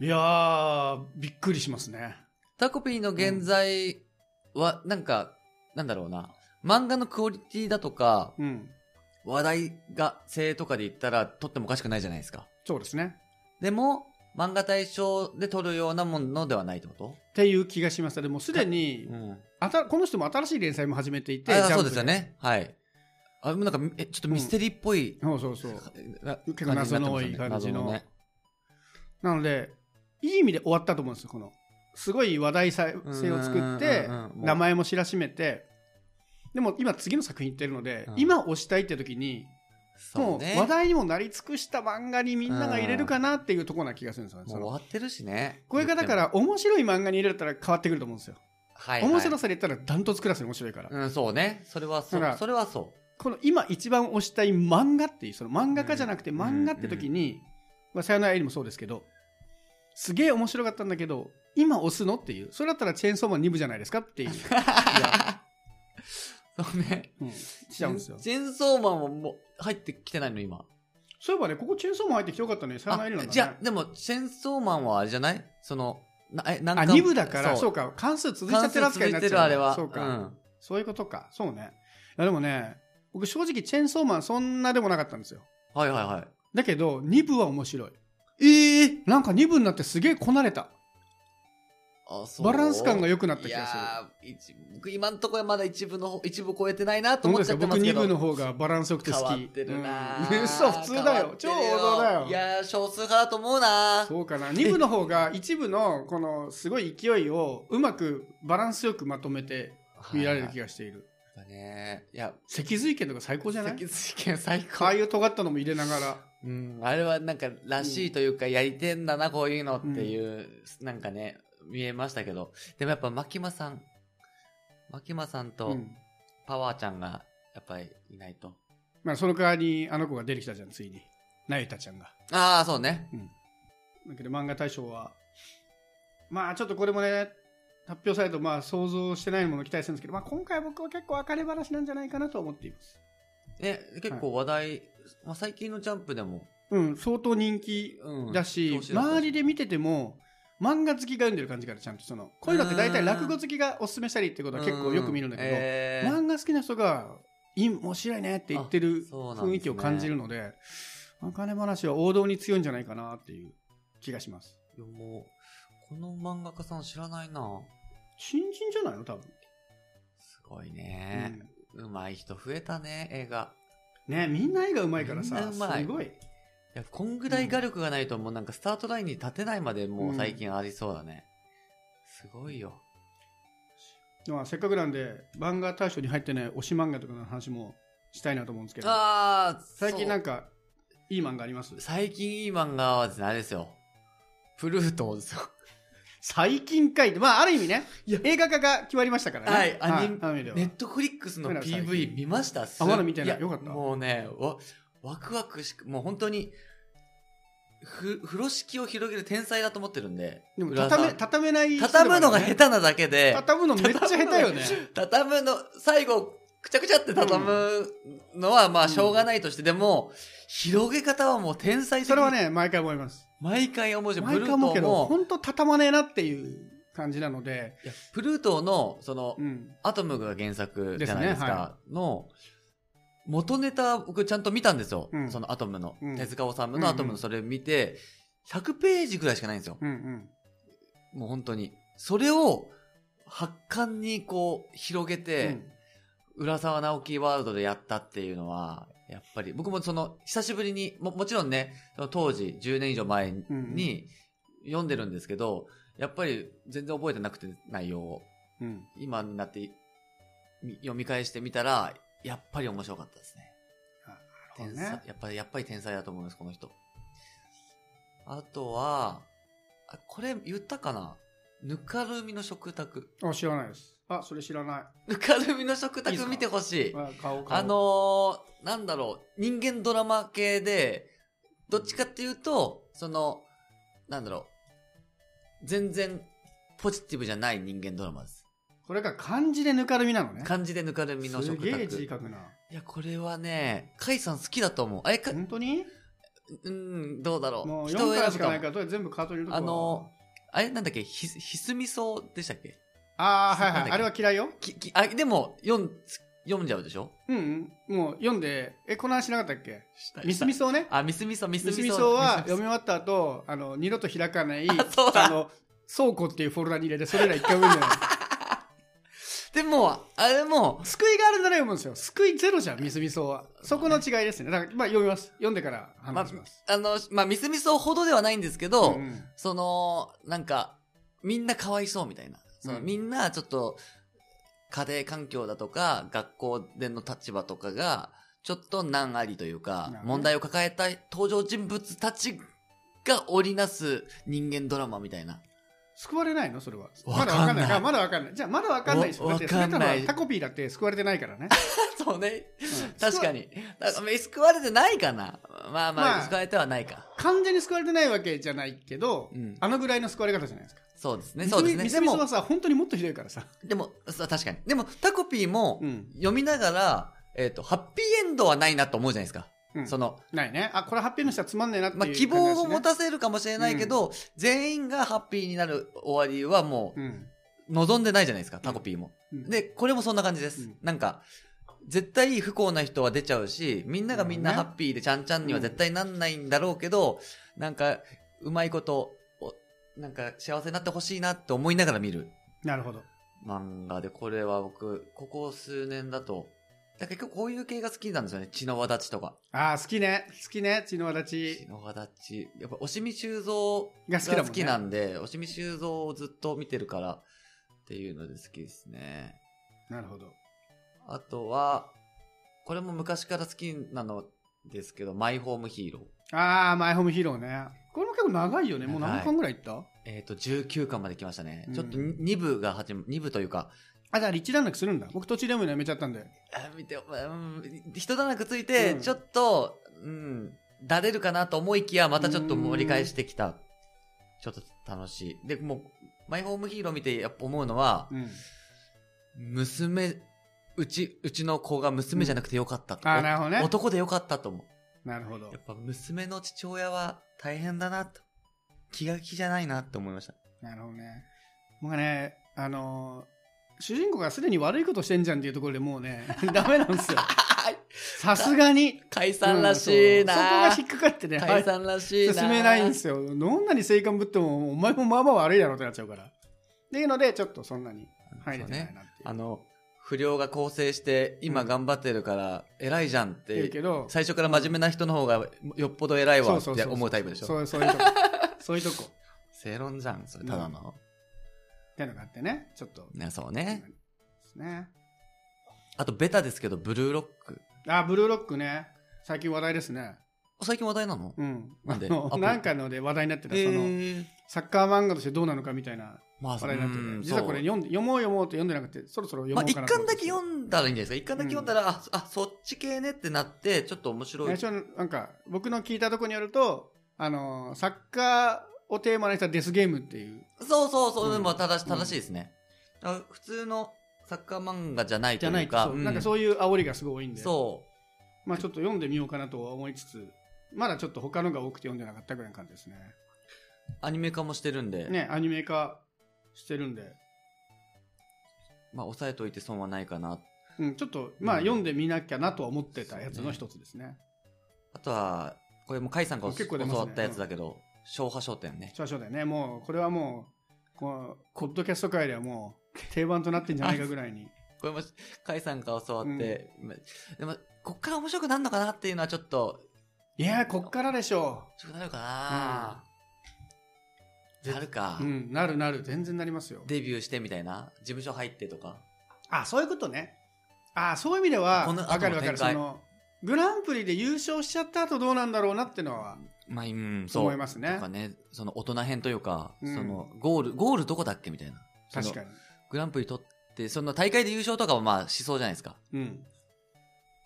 [SPEAKER 1] いやー、びっくりしますね。
[SPEAKER 2] タコピーの現在は、なんか、なんだろうな。漫画のクオリティだとか、
[SPEAKER 1] うん。
[SPEAKER 2] 話題が性とかで言ったら撮ってもおかしくないじゃないですか。
[SPEAKER 1] そうですね。
[SPEAKER 2] でも、漫画対象で撮るようなものではないってこと
[SPEAKER 1] っていう気がしました。でもすでに、
[SPEAKER 2] ん。
[SPEAKER 1] あたこの人も新しい連載も始めていて、
[SPEAKER 2] あ
[SPEAKER 1] ジャンプ
[SPEAKER 2] そうですよ。ね。はい。あ、でもなんか、え、ちょっとミステリーっぽい。
[SPEAKER 1] そうそうそう。
[SPEAKER 2] な
[SPEAKER 1] 結構謎の多い感じの
[SPEAKER 2] 謎ね
[SPEAKER 1] なので、いい意味で終わったと思うんですよ、この。すごい話題性を作って
[SPEAKER 2] うんうんうん、うん
[SPEAKER 1] 名前も知らしめて、でも今次の作品行ってるので
[SPEAKER 2] う、ん
[SPEAKER 1] 今押したいって時に、
[SPEAKER 2] そ
[SPEAKER 1] も
[SPEAKER 2] う
[SPEAKER 1] う
[SPEAKER 2] ね。
[SPEAKER 1] 話題にもなり尽くした漫画にみんなが入れるかなっていうところな気がするんですよね。
[SPEAKER 2] も
[SPEAKER 1] そう
[SPEAKER 2] 終
[SPEAKER 1] の
[SPEAKER 2] わってるしね。
[SPEAKER 1] これがだか
[SPEAKER 2] 言っ
[SPEAKER 1] ら面白い漫画に入れたら変わってくると思うんですよ。
[SPEAKER 2] ても、はい、はい。
[SPEAKER 1] 面白さで言ったらダントツクラスに面白いから。
[SPEAKER 2] うん、そうね。それはそ
[SPEAKER 1] だか
[SPEAKER 2] う。
[SPEAKER 1] ら
[SPEAKER 2] それはそ
[SPEAKER 1] この今一番推したい漫画っていう、その漫画家じゃなくて
[SPEAKER 2] うん
[SPEAKER 1] 漫画って時に、まあ、さよならエリもそうですけど、すげえ面白かったんだけど、今推すのっていう。それだったらチェーンソーマン2部じゃないですかって いう。
[SPEAKER 2] う。そうね。
[SPEAKER 1] うん、 しちゃうんですよ。
[SPEAKER 2] チェンソーマンももう入ってきてないの、今。
[SPEAKER 1] そういえばね、ここチェーンソーマン入ってきてよかったね。さよならエリなんだ、ね。
[SPEAKER 2] じゃあでも、チェンソーマンはあれじゃないその、なえ、なん
[SPEAKER 1] あ、2部だから、そうか、関数続いちゃ
[SPEAKER 2] 関
[SPEAKER 1] って
[SPEAKER 2] 数
[SPEAKER 1] る扱い
[SPEAKER 2] 続
[SPEAKER 1] にないっちゃ
[SPEAKER 2] て
[SPEAKER 1] うね
[SPEAKER 2] る、あれは。
[SPEAKER 1] そうか、
[SPEAKER 2] うん
[SPEAKER 1] そういうことか。そうね。いやでもね、僕正直チェーンソーマンそんなでもなかったんですよ。
[SPEAKER 2] はいはいはい。
[SPEAKER 1] だけど、2部は面白い。ええなんか2部になってすげえこなれた。
[SPEAKER 2] あそう
[SPEAKER 1] バランス感が良くなった気がする
[SPEAKER 2] いやー一僕今のところまだ一部の方一部超えてないなと
[SPEAKER 1] どう
[SPEAKER 2] 思
[SPEAKER 1] で
[SPEAKER 2] っち
[SPEAKER 1] す
[SPEAKER 2] ゃ
[SPEAKER 1] か
[SPEAKER 2] ってま
[SPEAKER 1] 僕
[SPEAKER 2] すけ
[SPEAKER 1] 2
[SPEAKER 2] ど
[SPEAKER 1] 部の方がバランスよくて好き。
[SPEAKER 2] 変わってるな
[SPEAKER 1] うん 嘘、普通だよ。超
[SPEAKER 2] 変わ
[SPEAKER 1] 王
[SPEAKER 2] っ
[SPEAKER 1] 道
[SPEAKER 2] てる
[SPEAKER 1] だよ。
[SPEAKER 2] いやー少数派だと思うな
[SPEAKER 1] そうかな。2部の方が一部のこのすごい勢いをうまくバランスよくまとめて見られる気
[SPEAKER 2] が
[SPEAKER 1] がしている。
[SPEAKER 2] だねいや
[SPEAKER 1] 脊髄剣とか最高じゃない
[SPEAKER 2] 脊髄剣最
[SPEAKER 1] ああ
[SPEAKER 2] 高
[SPEAKER 1] いう尖ったのも入れながら。
[SPEAKER 2] うんあれはなんからしいというか、やりてんだなこういうのっていう、なんかね見えましたけどでもやっぱ牧間さん牧間さんと
[SPEAKER 1] うん
[SPEAKER 2] パワーちゃんがやっぱりいないと、
[SPEAKER 1] まあ、その代わりにあの子が出てきたじゃん、ついに。なゆたちゃんが。
[SPEAKER 2] ああそうね
[SPEAKER 1] だけど漫画大賞は、まあちょっとこれもね、発表されるとまあ想像してないものを期待するんですけど、まあ今回僕は結構別れ話なんじゃないかなと思っています。
[SPEAKER 2] ね結構話題、まあ、最近のジャンプでも
[SPEAKER 1] うん、相当人気
[SPEAKER 2] うん
[SPEAKER 1] だし、周りで見てても、漫画好きが読んでる感じからちゃんとその、こういうのって大体落語好きがおすすめしたりってことは結構よく見るんだけど、漫画好きな人が、い面白いねって言ってる
[SPEAKER 2] あそうなんですね
[SPEAKER 1] 雰囲気を感じるので、お金話は王道に強いんじゃないかなっていう気がします。
[SPEAKER 2] どもうこの漫画家さん知らないな
[SPEAKER 1] 新人じゃないの多分。
[SPEAKER 2] すごいね、うまい人増えたね映画
[SPEAKER 1] うんねみんな絵がうまいから
[SPEAKER 2] みん
[SPEAKER 1] さ、
[SPEAKER 2] なう
[SPEAKER 1] す
[SPEAKER 2] まい
[SPEAKER 1] ごい。
[SPEAKER 2] いやこんぐらい画力がないともうなんかスタートラインに立てないまでもう最近ありそうだね、すごいよ
[SPEAKER 1] まあ、せっかくなんで、漫画大賞に入ってない推し漫画とかの話もしたいなと思うんですけど、
[SPEAKER 2] ああ
[SPEAKER 1] 最近なん
[SPEAKER 2] か
[SPEAKER 1] か、いい漫画あります
[SPEAKER 2] 最近いい漫画はですねあれですよプルートですよ
[SPEAKER 1] 最近かいって、まあ、ある意味ね
[SPEAKER 2] いや、
[SPEAKER 1] 映画化が決まりましたからね。
[SPEAKER 2] はいアニメ
[SPEAKER 1] アニメでは
[SPEAKER 2] ネットフリックスの PV 見ました
[SPEAKER 1] あまだ見てない
[SPEAKER 2] や
[SPEAKER 1] よかった
[SPEAKER 2] もうね、わ、ワクワクしく、もう本当に、ふ、風呂敷を広げる天才だと思ってるんで。
[SPEAKER 1] でも、
[SPEAKER 2] 浦田さん
[SPEAKER 1] 畳め、畳めない人だか
[SPEAKER 2] 畳
[SPEAKER 1] らね、
[SPEAKER 2] むのが下手なだけで、
[SPEAKER 1] 畳むのめっちゃ下手よね。
[SPEAKER 2] 畳むの、最後、くちゃくちゃって畳むのは、まあ、しょうがないとして、でも、広げ方はもう天才的
[SPEAKER 1] それは、ね、毎回思います。
[SPEAKER 2] 毎回面白い。
[SPEAKER 1] 毎回思うけど、
[SPEAKER 2] プルートも
[SPEAKER 1] 本当畳まねえなっていう感じなので、
[SPEAKER 2] いやプルートの、その
[SPEAKER 1] う、ん。
[SPEAKER 2] アトムが原作じゃないですか。
[SPEAKER 1] ですねは
[SPEAKER 2] の、元ネタ、僕ちゃんと見たんですよ。
[SPEAKER 1] うん
[SPEAKER 2] そのアトムの。
[SPEAKER 1] うん
[SPEAKER 2] 手塚治虫
[SPEAKER 1] うんうん
[SPEAKER 2] のアトムのそれ見て、100ページぐらいしかないんですよ。
[SPEAKER 1] うんうん。
[SPEAKER 2] もう本当に。それを、発刊にこう、広げて、浦沢直樹ワールドでやったっていうのは、やっぱり、僕もその、久しぶりに、も、もちろんね、その当時、10年以上前
[SPEAKER 1] うんうん
[SPEAKER 2] に、読んでるんですけど、やっぱり全然覚えてなくて、内容を。
[SPEAKER 1] うん。うん。
[SPEAKER 2] 今になってみ読み返してみたら、やっぱり面白かったですね。
[SPEAKER 1] なる
[SPEAKER 2] 天
[SPEAKER 1] ほどね
[SPEAKER 2] 才、やっぱり、やっぱり天才だと思います、この人。あとは、あこれ言ったかなぬかるみの食卓。
[SPEAKER 1] あ、知らないです。あ、それ知らな
[SPEAKER 2] ぬかるみの食
[SPEAKER 1] いいで
[SPEAKER 2] 卓
[SPEAKER 1] すか
[SPEAKER 2] 見てほしい
[SPEAKER 1] い。。あ顔顔
[SPEAKER 2] あのー、なんだろう、人間ドラマ系で、どっちかっていうと、その、なんだろう、全然ポジティブじゃない人間ドラマです。
[SPEAKER 1] これが漢字でぬかるみなのね。
[SPEAKER 2] 漢字でぬかるみの
[SPEAKER 1] す
[SPEAKER 2] 食卓。
[SPEAKER 1] げえ字書くな。
[SPEAKER 2] いや、これはね、カイさん好きだと思う。あれか、
[SPEAKER 1] 本当に
[SPEAKER 2] うん、どうだろう。
[SPEAKER 1] もう
[SPEAKER 2] 人
[SPEAKER 1] 4
[SPEAKER 2] を選
[SPEAKER 1] 回し
[SPEAKER 2] ぶか
[SPEAKER 1] か
[SPEAKER 2] も
[SPEAKER 1] ないから、とりあえず全部カートに入れとくわ
[SPEAKER 2] あの、あれなんだっけ、ひ、ひすみそうでしたっけ
[SPEAKER 1] あーはい
[SPEAKER 2] なんだっ
[SPEAKER 1] はい。
[SPEAKER 2] け
[SPEAKER 1] あれは嫌いよ。
[SPEAKER 2] き、き、あ、でも、読ん、読んじゃうでしょ
[SPEAKER 1] うんうん。もう読んで、え、この話しなかったっけミスミ
[SPEAKER 2] ソ。
[SPEAKER 1] ソね。
[SPEAKER 2] あ、ミスミソ、ミス
[SPEAKER 1] ミ
[SPEAKER 2] ミ
[SPEAKER 1] ス
[SPEAKER 2] ソ。
[SPEAKER 1] ミソは
[SPEAKER 2] ミス
[SPEAKER 1] 読み終わった後、あの、二度と開かない、
[SPEAKER 2] あそうだ
[SPEAKER 1] あの、倉庫っていうフォルダに入れて、それら一回読む のよ。
[SPEAKER 2] でも、あれも、
[SPEAKER 1] 救いがあるなら読むんですよ。救いゼロじゃん、ミスミソは。そこの違いですね。だから、まあ読みます。読んでから話します。
[SPEAKER 2] あの、まあ、ミスミソほどではないんですけど、
[SPEAKER 1] うんうん
[SPEAKER 2] その、なんか、みんなかわいそうみたいな。その、
[SPEAKER 1] うん
[SPEAKER 2] みんなちょっと、家庭環境だとか、学校での立場とかが、ちょっと難ありという
[SPEAKER 1] なる、
[SPEAKER 2] か
[SPEAKER 1] ほど
[SPEAKER 2] 問題を抱えた登場人物たちが織りなす人間ドラマみたいな。
[SPEAKER 1] 救われないのそれは。ま
[SPEAKER 2] わ
[SPEAKER 1] だ
[SPEAKER 2] か
[SPEAKER 1] わか
[SPEAKER 2] ん
[SPEAKER 1] ん
[SPEAKER 2] ない
[SPEAKER 1] ない。あまだわかんない。じゃあ、まだわかんないでしょ。
[SPEAKER 2] お
[SPEAKER 1] だって、そ
[SPEAKER 2] わか
[SPEAKER 1] れ
[SPEAKER 2] ん
[SPEAKER 1] と
[SPEAKER 2] ない
[SPEAKER 1] のタコピーだって救われてないから ね。
[SPEAKER 2] そうね。
[SPEAKER 1] うん
[SPEAKER 2] 確か。
[SPEAKER 1] 救わ
[SPEAKER 2] に。だから、救われてないかな。まあまあ、
[SPEAKER 1] まあ
[SPEAKER 2] 救われてはないか。
[SPEAKER 1] 完全に救われてないわけじゃないけど
[SPEAKER 2] うん、
[SPEAKER 1] あのぐらいの救われ方じゃないですか。
[SPEAKER 2] そうですね。
[SPEAKER 1] み
[SPEAKER 2] そう
[SPEAKER 1] そ
[SPEAKER 2] で
[SPEAKER 1] み
[SPEAKER 2] すね。
[SPEAKER 1] み
[SPEAKER 2] で
[SPEAKER 1] そみそ
[SPEAKER 2] も
[SPEAKER 1] は、さ、本当にもっとひどいからさ。
[SPEAKER 2] でも、そう確かに。でも、タコピーも
[SPEAKER 1] う、ん。
[SPEAKER 2] 読みながら、えっ、と、ハッピーエンドはないなと思うじゃないですか。
[SPEAKER 1] うん
[SPEAKER 2] その、
[SPEAKER 1] ないね。あ、これハッピーの人はつまんねえなっていう
[SPEAKER 2] まあ、
[SPEAKER 1] 感じ
[SPEAKER 2] 希
[SPEAKER 1] だしね。
[SPEAKER 2] 望を持たせるかもしれないけど、全員がハッピーになる終わりはも
[SPEAKER 1] うん。
[SPEAKER 2] う、望んでないじゃないですか、タコピーも。
[SPEAKER 1] うん
[SPEAKER 2] で、これもそんな感じです。
[SPEAKER 1] うん
[SPEAKER 2] なんか、絶対不幸な人は出ちゃうし、みんながみんな
[SPEAKER 1] な
[SPEAKER 2] ハ
[SPEAKER 1] るほどね
[SPEAKER 2] ッピーでちゃんちゃんには絶対なんないんだろうけど、なんか、うまいこと、おなんか幸せになってほしいなって思いながら見る
[SPEAKER 1] なるほど。
[SPEAKER 2] 漫画で、これは僕、ここ数年だと、だから結局こういう系が好きなんですよね。血の輪立ちとか。
[SPEAKER 1] あー、好きね。好きね。血の輪
[SPEAKER 2] 血
[SPEAKER 1] ち
[SPEAKER 2] の輪立ち。やっぱ、押見修造
[SPEAKER 1] が好きだもん
[SPEAKER 2] が
[SPEAKER 1] ね。
[SPEAKER 2] 好きなんで、押見修造をずっと見てるからっていうので好きですね。
[SPEAKER 1] なるほど。
[SPEAKER 2] あとは、これも昔から好きなのですけど、マイホームヒーロー。
[SPEAKER 1] あー、マイホームヒーローね。これも結構長いよね。もう
[SPEAKER 2] 長い
[SPEAKER 1] 何巻ぐらいいった
[SPEAKER 2] えっ、と、19巻まで来ましたね。
[SPEAKER 1] うん
[SPEAKER 2] ちょっと2部が始ま、2部というか、
[SPEAKER 1] あ、じゃあ、立地段落するんだ。僕途中でもやめちゃったんで。
[SPEAKER 2] あー見て、うん、人だらくついて、
[SPEAKER 1] うん
[SPEAKER 2] ちょっと、うん、だれるかなと思いきや、またちょっと盛り返してきた。ちょっと楽しい。で、もう、マイホームヒーロー見てやっぱ思うのは、
[SPEAKER 1] うん。
[SPEAKER 2] 娘、うち、うちの子が娘じゃなくてよかったと。
[SPEAKER 1] あー、なるほどね。
[SPEAKER 2] 男でよかったと思う。
[SPEAKER 1] なるほど
[SPEAKER 2] や。っぱ娘の父親は大変だなと。気が気じゃないなって思いました。
[SPEAKER 1] なるほどね。僕はね、あのー主人公がすでに悪いことしてんじゃんっていうところでもう ね、ダメなんですよ。さすがに。
[SPEAKER 2] 解散らしい
[SPEAKER 1] うん
[SPEAKER 2] な、
[SPEAKER 1] そうそこが引っかかってね、
[SPEAKER 2] 解散らしい
[SPEAKER 1] はい
[SPEAKER 2] な
[SPEAKER 1] 進めないんですよ。どんなに性感ぶっても、お前もまあまあ悪いだろうってなっちゃうから。っていうので、ちょっとそんなに入れてないなっていう
[SPEAKER 2] あの、不良が更生して今頑張ってるから偉いじゃんっ
[SPEAKER 1] 言う
[SPEAKER 2] て、
[SPEAKER 1] けど、
[SPEAKER 2] 最初から真面目な人の方がよっぽど偉いわっ
[SPEAKER 1] そうそう
[SPEAKER 2] て
[SPEAKER 1] そう
[SPEAKER 2] 思うタイプでしょ。
[SPEAKER 1] そうそういう とこ。そういうとこ。っ
[SPEAKER 2] 正論じゃん、それただの。
[SPEAKER 1] ていうのがあってね、ちょっと。
[SPEAKER 2] ね、そうね。
[SPEAKER 1] ですね。
[SPEAKER 2] あとベタですけど、ブルーロック。
[SPEAKER 1] あ、ブルーロックね。最近話題ですね。
[SPEAKER 2] 最近話題なの
[SPEAKER 1] うん。
[SPEAKER 2] なんで
[SPEAKER 1] あの
[SPEAKER 2] アップ
[SPEAKER 1] なんかので話題になってた、そ
[SPEAKER 2] え
[SPEAKER 1] の、
[SPEAKER 2] ー
[SPEAKER 1] サッカー漫画としてどうなのかみたいな
[SPEAKER 2] まあ、
[SPEAKER 1] 話題になってて、
[SPEAKER 2] うん
[SPEAKER 1] 実はこれ
[SPEAKER 2] そう
[SPEAKER 1] 読んで読もう読もうと読んでなくて、そろそろ読も
[SPEAKER 2] まあ、
[SPEAKER 1] う
[SPEAKER 2] 一
[SPEAKER 1] かなと思っ
[SPEAKER 2] 巻
[SPEAKER 1] て
[SPEAKER 2] だけ読んだらいいんじゃないですか。一巻だけ読んだら、あ、あ、そっち系ねってなって、ちょっと面白い。
[SPEAKER 1] 最初なんか、僕の聞いたとこによると、あの、サッカーをテーマにしたデスゲームっていう、
[SPEAKER 2] そうそうそう、
[SPEAKER 1] うん
[SPEAKER 2] でも正し
[SPEAKER 1] うん
[SPEAKER 2] 正しいですね。だから普通のサッカー漫画じゃないと
[SPEAKER 1] じゃないいう
[SPEAKER 2] か、
[SPEAKER 1] そう
[SPEAKER 2] うん
[SPEAKER 1] なんかそういう煽りがすごい多いんで、
[SPEAKER 2] そ
[SPEAKER 1] まあちょっと読んでみようかなとは思いつつ、まだちょっと他のが多くて読んでなかったぐらいの感じですね。
[SPEAKER 2] うアニメ化もしてるんで、
[SPEAKER 1] ね、アニメ化してるんで、
[SPEAKER 2] まあ、押さえといて損はないかな。
[SPEAKER 1] うん、ちょっと、まあ
[SPEAKER 2] うん
[SPEAKER 1] 読んでみなきゃなとは思ってたやつの一つですね。
[SPEAKER 2] あとは、これも甲斐さんが
[SPEAKER 1] 結
[SPEAKER 2] 教
[SPEAKER 1] 構出ますね
[SPEAKER 2] わったやつだけど、昭和商店ね。
[SPEAKER 1] そうそうだよね。もう、これはもう、この、コッドキャスト界ではもう、定番となってんじゃないかぐらいに。
[SPEAKER 2] これも甲斐さんが教わって、までも、こっから面白くなるのかなっていうのはちょっと、
[SPEAKER 1] いやー、こっからでしょ
[SPEAKER 2] 面白くなるかな、
[SPEAKER 1] うん
[SPEAKER 2] なるか、
[SPEAKER 1] う。うん、なるなる。全然なりますよ。
[SPEAKER 2] デビューしてみたいな、事務所入ってとか。
[SPEAKER 1] あ、そういうことね。あ、そういう意味では、
[SPEAKER 2] この後の
[SPEAKER 1] わかるわかる。
[SPEAKER 2] 展開
[SPEAKER 1] その、グランプリで優勝しちゃった後どうなんだろうなってのは、
[SPEAKER 2] まあ、うん、そう。
[SPEAKER 1] 思います
[SPEAKER 2] と
[SPEAKER 1] ね
[SPEAKER 2] か。ね、その大人編というか、
[SPEAKER 1] うん
[SPEAKER 2] そのゴール、ゴールどこだっけみたいな。
[SPEAKER 1] 確か
[SPEAKER 2] に。
[SPEAKER 1] に。
[SPEAKER 2] グランプリ取って、その大会で優勝とかはまあしそうじゃないですか。
[SPEAKER 1] うん。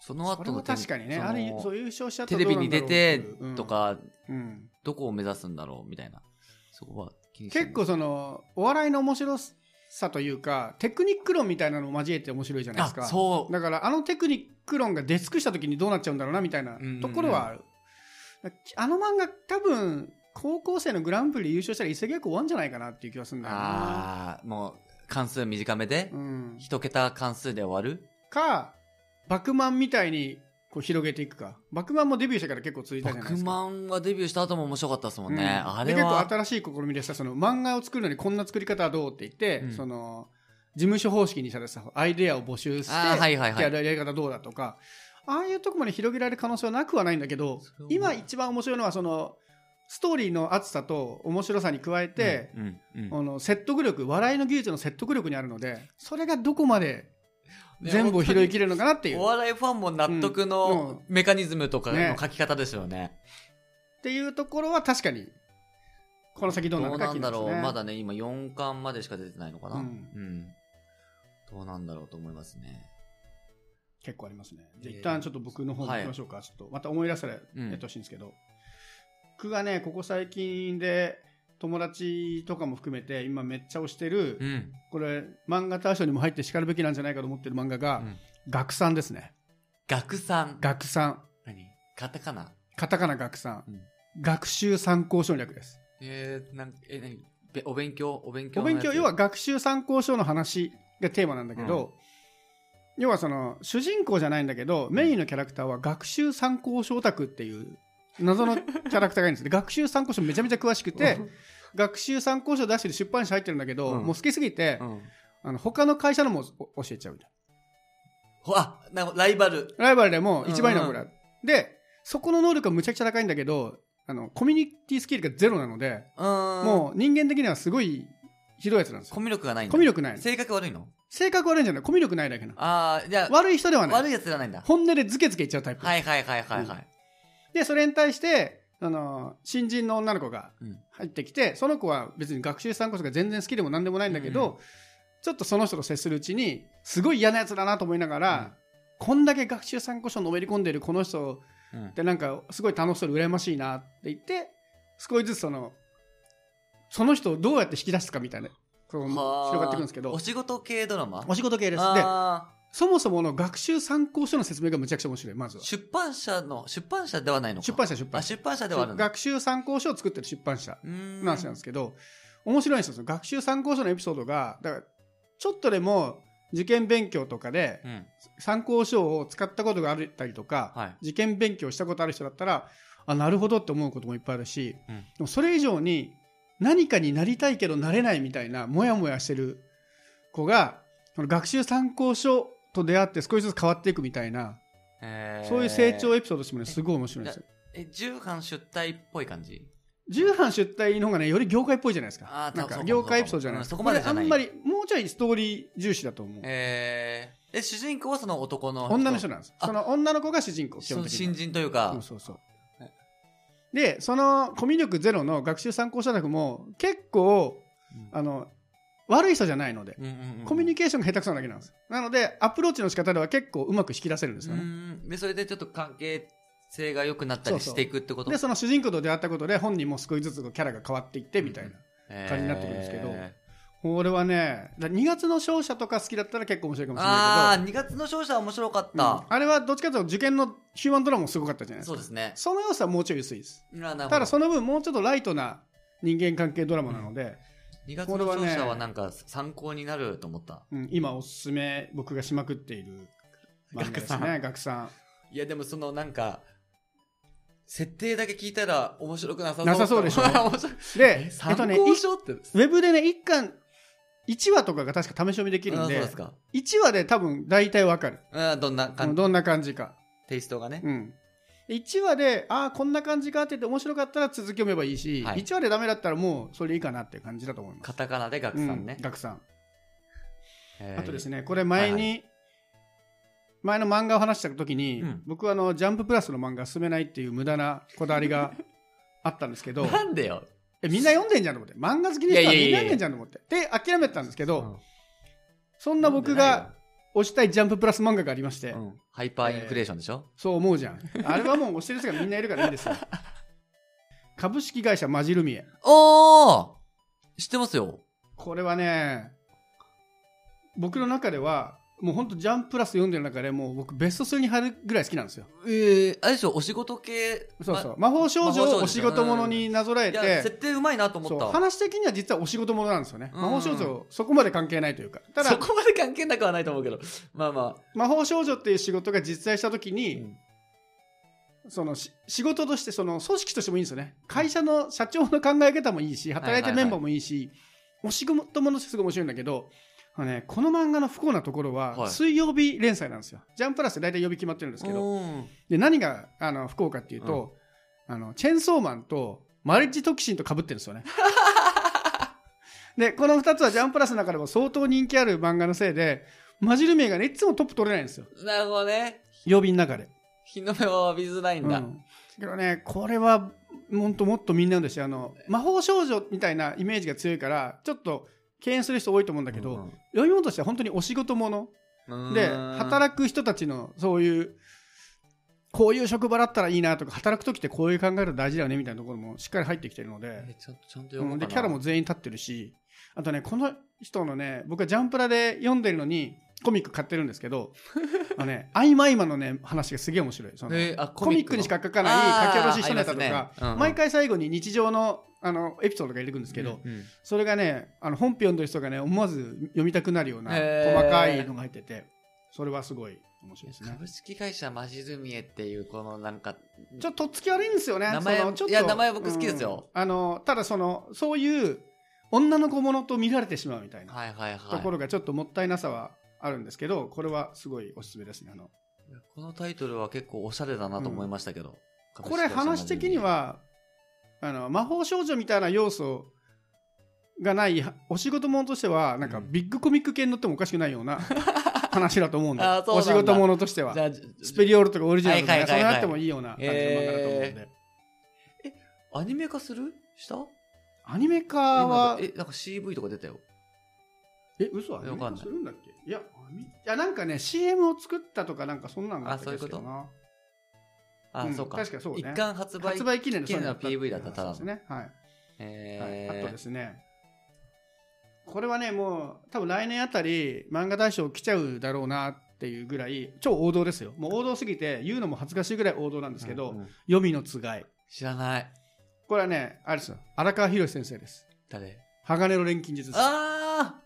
[SPEAKER 2] その
[SPEAKER 1] こ
[SPEAKER 2] 後
[SPEAKER 1] れ
[SPEAKER 2] の
[SPEAKER 1] も確かにね、あれ、そう
[SPEAKER 2] う
[SPEAKER 1] 優勝しちゃった
[SPEAKER 2] テ
[SPEAKER 1] 後
[SPEAKER 2] レ
[SPEAKER 1] どう
[SPEAKER 2] ビ
[SPEAKER 1] な
[SPEAKER 2] に
[SPEAKER 1] んだ
[SPEAKER 2] 出
[SPEAKER 1] ろうっていううん
[SPEAKER 2] とか、
[SPEAKER 1] うん。
[SPEAKER 2] どこを目指すんだろうみたいな。そこは気にしてる
[SPEAKER 1] 結構その、お笑いの面白さというか、テクニック論みたいなのを交えて面白いじゃないですか。
[SPEAKER 2] あ、そう。
[SPEAKER 1] だからあのテクニック論が出尽くした時にどうなっちゃうんだろうなみたいなところはある、あの漫画多分高校生のグランプリ優勝したら一世結構終わんじゃないかなっていう気がするんだよな、
[SPEAKER 2] ああ、もう関数短めで
[SPEAKER 1] う、ん、
[SPEAKER 2] 一、桁関数で終わる
[SPEAKER 1] かバクマンみたいにこう広げていくかバクマンもデビューしてから結構続いたじゃない
[SPEAKER 2] 爆
[SPEAKER 1] ですか
[SPEAKER 2] 満はデビューした後も面白かったですもんね。
[SPEAKER 1] うん
[SPEAKER 2] あれ
[SPEAKER 1] で結
[SPEAKER 2] は
[SPEAKER 1] 構。新しい試みでさその漫画を作るのにこんな作り方はどうって言って、
[SPEAKER 2] うん
[SPEAKER 1] その事務所方式にしたらさアイデアを募集して
[SPEAKER 2] あーはいはいはい
[SPEAKER 1] やるやり方どうだとかああいうとこまで広げられる可能性はなくはないんだけど
[SPEAKER 2] それは
[SPEAKER 1] 今一番面白いのはそのストーリーの厚さと面白さに加えて、
[SPEAKER 2] うん、うん、うん
[SPEAKER 1] あの説得力笑いの技術の説得力にあるのでそれがどこまで全部を拾いきれるのかなっていう。
[SPEAKER 2] お笑いファンも納得
[SPEAKER 1] うんう
[SPEAKER 2] の
[SPEAKER 1] ん
[SPEAKER 2] メカニズムとかの
[SPEAKER 1] ね
[SPEAKER 2] 書き方ですよね。
[SPEAKER 1] っていうところは確かに、この先どうな
[SPEAKER 2] ど
[SPEAKER 1] る
[SPEAKER 2] う
[SPEAKER 1] か
[SPEAKER 2] な
[SPEAKER 1] 気
[SPEAKER 2] ん
[SPEAKER 1] に
[SPEAKER 2] だ
[SPEAKER 1] なり
[SPEAKER 2] ろ
[SPEAKER 1] す
[SPEAKER 2] う、
[SPEAKER 1] ね。
[SPEAKER 2] まだね、今4巻までしか出てないのかな。う
[SPEAKER 1] うんん。
[SPEAKER 2] どうなんだろうと思いますね。
[SPEAKER 1] 結構ありますね。じゃあ
[SPEAKER 2] えー
[SPEAKER 1] 一旦ちょっと僕の方に行きましょうか。ちょっとまた思い出したらや
[SPEAKER 2] うん
[SPEAKER 1] ってほしいんですけど、僕がね、ここ最近で友達とかも含めて今めっちゃ推してる、
[SPEAKER 2] うん。
[SPEAKER 1] これ漫画大賞にも入ってしかるべきなんじゃないかと思ってる漫画が、
[SPEAKER 2] うん
[SPEAKER 1] 学さんですね。
[SPEAKER 2] 学産。
[SPEAKER 1] 学さん。
[SPEAKER 2] 何カタカナ
[SPEAKER 1] カタカナ学さん。
[SPEAKER 2] うん
[SPEAKER 1] 学習参考書略です。
[SPEAKER 2] えー、なんえ、何べお勉強お勉強
[SPEAKER 1] お
[SPEAKER 2] のや
[SPEAKER 1] 勉
[SPEAKER 2] つ
[SPEAKER 1] 強、要は、学習参考書の話がテーマなんだけど、要はその、主人公じゃないんだけど、メインのキャラクターは学習参考書オタクっていう謎のキャラクターがいるん ですね。学習参考書めちゃめちゃ詳しくて、学習参考書出してる出版社入ってるんだけど、
[SPEAKER 2] うん
[SPEAKER 1] もう好きすぎて、
[SPEAKER 2] うん。
[SPEAKER 1] あの他の会社のもお教えちゃうみたい
[SPEAKER 2] ほあ、なんかライバル。
[SPEAKER 1] な。ライバルでも一番いいのはこれ、
[SPEAKER 2] う
[SPEAKER 1] で、そこの能力がむちゃくちゃ高いんだけど、あの、コミュニティスキルがゼロなので、
[SPEAKER 2] うーん。
[SPEAKER 1] もう人間的にはすごいひどいやつなんですよ
[SPEAKER 2] コ。ミュ力がないんだ
[SPEAKER 1] コミュ力ない。
[SPEAKER 2] 性格悪いの
[SPEAKER 1] 性格悪いんじゃないコミュ力ないだけな。
[SPEAKER 2] ああ、じゃあ、
[SPEAKER 1] 悪い人ではない。
[SPEAKER 2] 悪いやつじゃないんだ。
[SPEAKER 1] 本音でズケズケ言っちゃうタイプ。
[SPEAKER 2] はいはいはいはいはい。
[SPEAKER 1] で、それに対して、あの、新人の女の子が
[SPEAKER 2] うん
[SPEAKER 1] 入ってきて、その子は別に学習参考書が全然好きでも何でもないんだけど、
[SPEAKER 2] う
[SPEAKER 1] ちょっとその人と接するうちに、すごい嫌なやつだなと思いながら、こんだけ学習参考書のめり込んでるこの人
[SPEAKER 2] うん
[SPEAKER 1] っ。てなんかすごい楽しそうで羨ましいなって言って、少しずつその、その人をどうやって引き出すかみたいな、こう
[SPEAKER 2] はー
[SPEAKER 1] 広がっていくんですけど
[SPEAKER 2] お、仕事系ドラマ
[SPEAKER 1] お仕事系です。で、
[SPEAKER 2] あ
[SPEAKER 1] そもそもの学習参考書の説明がむちゃくちゃ面白い、まず
[SPEAKER 2] ー
[SPEAKER 1] は。
[SPEAKER 2] 出版社の、出版社ではないのか
[SPEAKER 1] 出版社、出版
[SPEAKER 2] あ、
[SPEAKER 1] 社。
[SPEAKER 2] 出版社ではあるんだ。
[SPEAKER 1] 学習参考書を作ってる出版社
[SPEAKER 2] うーん。
[SPEAKER 1] の話なんですけど、面白いんですよ。その学習参考書のエピソードが、だから、ちょっとでも受験勉強とかで
[SPEAKER 2] うん。
[SPEAKER 1] 参考書を使ったことがあったりとか、
[SPEAKER 2] はい。
[SPEAKER 1] 受験勉強したことある人だったら、あ、なるほどって思うこともいっぱいあるし、
[SPEAKER 2] うん
[SPEAKER 1] でもそれ以上に何かになりたいけどなれないみたいな、もやもやしてる子が、その学習参考書と出会って少しずつ変わっていくみたいな、
[SPEAKER 2] えー
[SPEAKER 1] そういう成長エピソードしてもね、すごい面白いんですよ。
[SPEAKER 2] え、重版出退っぽい感じ
[SPEAKER 1] 重版出退の方がね、より業界っぽいじゃないですか
[SPEAKER 2] あ。ー
[SPEAKER 1] なん
[SPEAKER 2] そうか
[SPEAKER 1] か
[SPEAKER 2] も
[SPEAKER 1] 業界エピソードじゃないです
[SPEAKER 2] そ
[SPEAKER 1] か。
[SPEAKER 2] うかもうんそこまでじゃない
[SPEAKER 1] これあんまり、もうちょいストーリー重視だと思う。
[SPEAKER 2] えー、え、主人公はその男の
[SPEAKER 1] 女の人なんです。
[SPEAKER 2] あ
[SPEAKER 1] その女の子が主人公、基
[SPEAKER 2] そ
[SPEAKER 1] 本
[SPEAKER 2] の
[SPEAKER 1] 的に。
[SPEAKER 2] 新人というか、
[SPEAKER 1] そうそうそう。で、そのコミュ力ゼロの学習参考者宅も結構、
[SPEAKER 2] うん
[SPEAKER 1] あの、悪い人じゃないので、
[SPEAKER 2] うんうんうん
[SPEAKER 1] コミュニケーションが下手くそなだけなんです。なので、アプローチの仕方では結構うまく引き出せるんですよ
[SPEAKER 2] う
[SPEAKER 1] ね。
[SPEAKER 2] ーんで、それでちょっと関係性が良くなったりしていくってこと
[SPEAKER 1] で、その主人公と出会ったことで本人も少しずつこうキャラが変わっていってみたいな。感じになってくるんですけど
[SPEAKER 2] え
[SPEAKER 1] これはね、だ2月の勝者とか好きだったら結構面白いか
[SPEAKER 2] ー
[SPEAKER 1] もしれな
[SPEAKER 2] あ
[SPEAKER 1] い
[SPEAKER 2] あ、2月の勝者は面白かっ
[SPEAKER 1] けど、
[SPEAKER 2] た
[SPEAKER 1] うん。あれはどっちかというと受験のヒューマンドラマもすごかったじゃないです
[SPEAKER 2] そう
[SPEAKER 1] か。
[SPEAKER 2] ですね。
[SPEAKER 1] その要素はもうちょい薄いです。
[SPEAKER 2] あーなるほど
[SPEAKER 1] ただその分もうちょっとライトな人間関係ドラマなので、
[SPEAKER 2] 2月の
[SPEAKER 1] これはね
[SPEAKER 2] 勝者はなんか参考になると思った。
[SPEAKER 1] うん、今おすすめ僕がしまくっている漫画ですね学 さん
[SPEAKER 2] いや、でもそのなんか、設定だけ聞いたら面白くなさそう。
[SPEAKER 1] なさそうでしょ
[SPEAKER 2] 面白い
[SPEAKER 1] で
[SPEAKER 2] え、
[SPEAKER 1] え
[SPEAKER 2] 参
[SPEAKER 1] っとね
[SPEAKER 2] 考書って。
[SPEAKER 1] ウェブでね1巻1話とかが確か試し読みできるん
[SPEAKER 2] あーそう
[SPEAKER 1] で
[SPEAKER 2] ですか。
[SPEAKER 1] 1話で多分大体わかる
[SPEAKER 2] うん、どんな感じ、
[SPEAKER 1] どんな感じか、
[SPEAKER 2] テイストがね。
[SPEAKER 1] うん、1話でああこんな感じかって言って面白かったら続き読めばいいし、
[SPEAKER 2] はい
[SPEAKER 1] 1話でダメだったらもうそれでいいかなっていう感じだと思います
[SPEAKER 2] カタカナで学さんね
[SPEAKER 1] うん、。学さん
[SPEAKER 2] えー
[SPEAKER 1] あとですねこれ前に、
[SPEAKER 2] はい
[SPEAKER 1] 前の漫画を話した時に、
[SPEAKER 2] うん
[SPEAKER 1] 僕はあのジャンププラスの漫画進めないっていう無駄なこだわり があったんですけど
[SPEAKER 2] なんでよ。
[SPEAKER 1] えみんな読んでんじゃんと思って漫画好きの人はい
[SPEAKER 2] やいや
[SPEAKER 1] み
[SPEAKER 2] い
[SPEAKER 1] ん
[SPEAKER 2] や
[SPEAKER 1] ない読ん
[SPEAKER 2] や
[SPEAKER 1] でんじゃんと思ってで諦めてたんですけど、
[SPEAKER 2] うん
[SPEAKER 1] そんな僕が、推したいジャンププラス漫画がありまして、
[SPEAKER 2] うんハイパーインフレーションでしょ
[SPEAKER 1] そう思うじゃんあれはもう推してる人がみんないるからいいん ですよ株式会社マジルミエ
[SPEAKER 2] おー知ってますよ。
[SPEAKER 1] これはね僕の中ではもうほんとジャンププラス読んでる中でもう僕ベスト3に入るぐらい好きなんですよ
[SPEAKER 2] ええあれでしょ、お仕事系。
[SPEAKER 1] そうそうう、魔法少女
[SPEAKER 2] 魔法少
[SPEAKER 1] を
[SPEAKER 2] 女
[SPEAKER 1] お仕事ものになぞらえ
[SPEAKER 2] いや、設
[SPEAKER 1] て、
[SPEAKER 2] 定うまいなと思
[SPEAKER 1] そう
[SPEAKER 2] った。
[SPEAKER 1] 話的には実はお仕事ものなんですよね。
[SPEAKER 2] うん
[SPEAKER 1] 魔法少女、そこまで関係ないというか。た
[SPEAKER 2] そ
[SPEAKER 1] だ、
[SPEAKER 2] こまで関係なくはないと思うけど。 まあま
[SPEAKER 1] 魔法少女っていう仕事が実在したとき
[SPEAKER 2] あ。
[SPEAKER 1] に、そのし仕事として、その組織としてもいいんですよね。会社の社長の考え方もいいし、働いてるメンバーもいいし、お仕事ものとしてすごい面白いんだけど、あのね、この漫画の不幸なところ
[SPEAKER 2] は
[SPEAKER 1] は、
[SPEAKER 2] い
[SPEAKER 1] 水曜日連載なんですよ。ジャンプラスで大体曜日決まってるんですけど、
[SPEAKER 2] うん
[SPEAKER 1] で何があの不幸かっていうと、あのチェーンソーマンとマルチトキシンとかぶってるんですよ ね。でこの2つはジャンプラスの中でも相当人気ある漫画のせいで混じる名がねいつもトップ取れないんですよ
[SPEAKER 2] なるほどね。
[SPEAKER 1] 曜日の中で、
[SPEAKER 2] 日の目を浴びづらい
[SPEAKER 1] うん
[SPEAKER 2] だ。
[SPEAKER 1] ん、けどねこれはもっともっとみんなのですよあの魔法少女みたいなイメージが強いからちょっと敬遠する人多いと思うんだけど、読み物としては本当にお仕事もの
[SPEAKER 2] うん、
[SPEAKER 1] で
[SPEAKER 2] く。
[SPEAKER 1] 働く人たちのそういうこういう職場だったらいいなとか働く時ってこういう考え方大事だよねみたいなところもしっかり入ってきてるので
[SPEAKER 2] えちゃんとちゃんと読
[SPEAKER 1] う
[SPEAKER 2] む
[SPEAKER 1] ん、でキャラも全員立ってるしあとねこの人のね僕はジャンプラで読んでるのにコミック買ってるんですけ どあのね合間合間のね話がすげえ面白いその
[SPEAKER 2] えあ
[SPEAKER 1] コミックにし
[SPEAKER 2] 書
[SPEAKER 1] か書かない書き下ろし一ネタとか、毎
[SPEAKER 2] 回
[SPEAKER 1] 回最後に日常のあのエピソードが出てくるんですけど、それがねあの本編読んでる人がね思わず読みたくなるような
[SPEAKER 2] へー
[SPEAKER 1] 細かいのが入っててそれはすごい面白いですね
[SPEAKER 2] 株式会社マジズミエっていうこのなんか
[SPEAKER 1] ちょっととっつき悪いんですよね
[SPEAKER 2] 名前
[SPEAKER 1] そのちょっと
[SPEAKER 2] いや名前僕好きですよ
[SPEAKER 1] うんあのただそのそういう女の子ものと見られてしまうみたいな
[SPEAKER 2] はいはい
[SPEAKER 1] とこ
[SPEAKER 2] は
[SPEAKER 1] ろがちょっともったいなさはあるんですけど、これはすごいおすすめですね。あの
[SPEAKER 2] いこのタイトルは結構おしゃれだなと思いましたけど、
[SPEAKER 1] これ話的にはあの魔法少女みたいな要素がないお仕事ものとしてはなんか
[SPEAKER 2] うん
[SPEAKER 1] ビッグコミック系に乗ってもおかしくないよ うな話だと思うんで
[SPEAKER 2] あーそう
[SPEAKER 1] お
[SPEAKER 2] なんだ
[SPEAKER 1] 仕事ものとしては
[SPEAKER 2] じゃあ
[SPEAKER 1] スペリオールとかオリジナルとか、
[SPEAKER 2] は
[SPEAKER 1] ね
[SPEAKER 2] いはいはい
[SPEAKER 1] そう
[SPEAKER 2] はい
[SPEAKER 1] なってもいいような感じの漫画だと思うんで、
[SPEAKER 2] アニメ化するした
[SPEAKER 1] アニメ化は
[SPEAKER 2] えなんか CV とか出たよ
[SPEAKER 1] え嘘アニメ
[SPEAKER 2] わ
[SPEAKER 1] 化
[SPEAKER 2] かんない
[SPEAKER 1] するんだっけいやアニいやなんかね CM を作ったとかなんかそんなのがあった気がするけどな
[SPEAKER 2] あ、
[SPEAKER 1] うん
[SPEAKER 2] そうか
[SPEAKER 1] 確かそうね
[SPEAKER 2] 一貫発売
[SPEAKER 1] 発売記念の
[SPEAKER 2] 記念の
[SPEAKER 1] そういう
[SPEAKER 2] PV だったただの
[SPEAKER 1] そうですねはい
[SPEAKER 2] え
[SPEAKER 1] はい、
[SPEAKER 2] ー
[SPEAKER 1] あとですね、これはね、もう多分来年あたり、漫画大賞来ちゃうだろうなっていうぐらい、超王道ですよ、もう王道すぎて、言うのも恥ずかしいぐらい王道なんですけど、
[SPEAKER 2] うんうん
[SPEAKER 1] 黄泉のつがい、
[SPEAKER 2] 知らない
[SPEAKER 1] これはね、あれですよ、荒川博先生です、
[SPEAKER 2] 誰
[SPEAKER 1] 鋼の錬金術師。こ
[SPEAKER 2] あ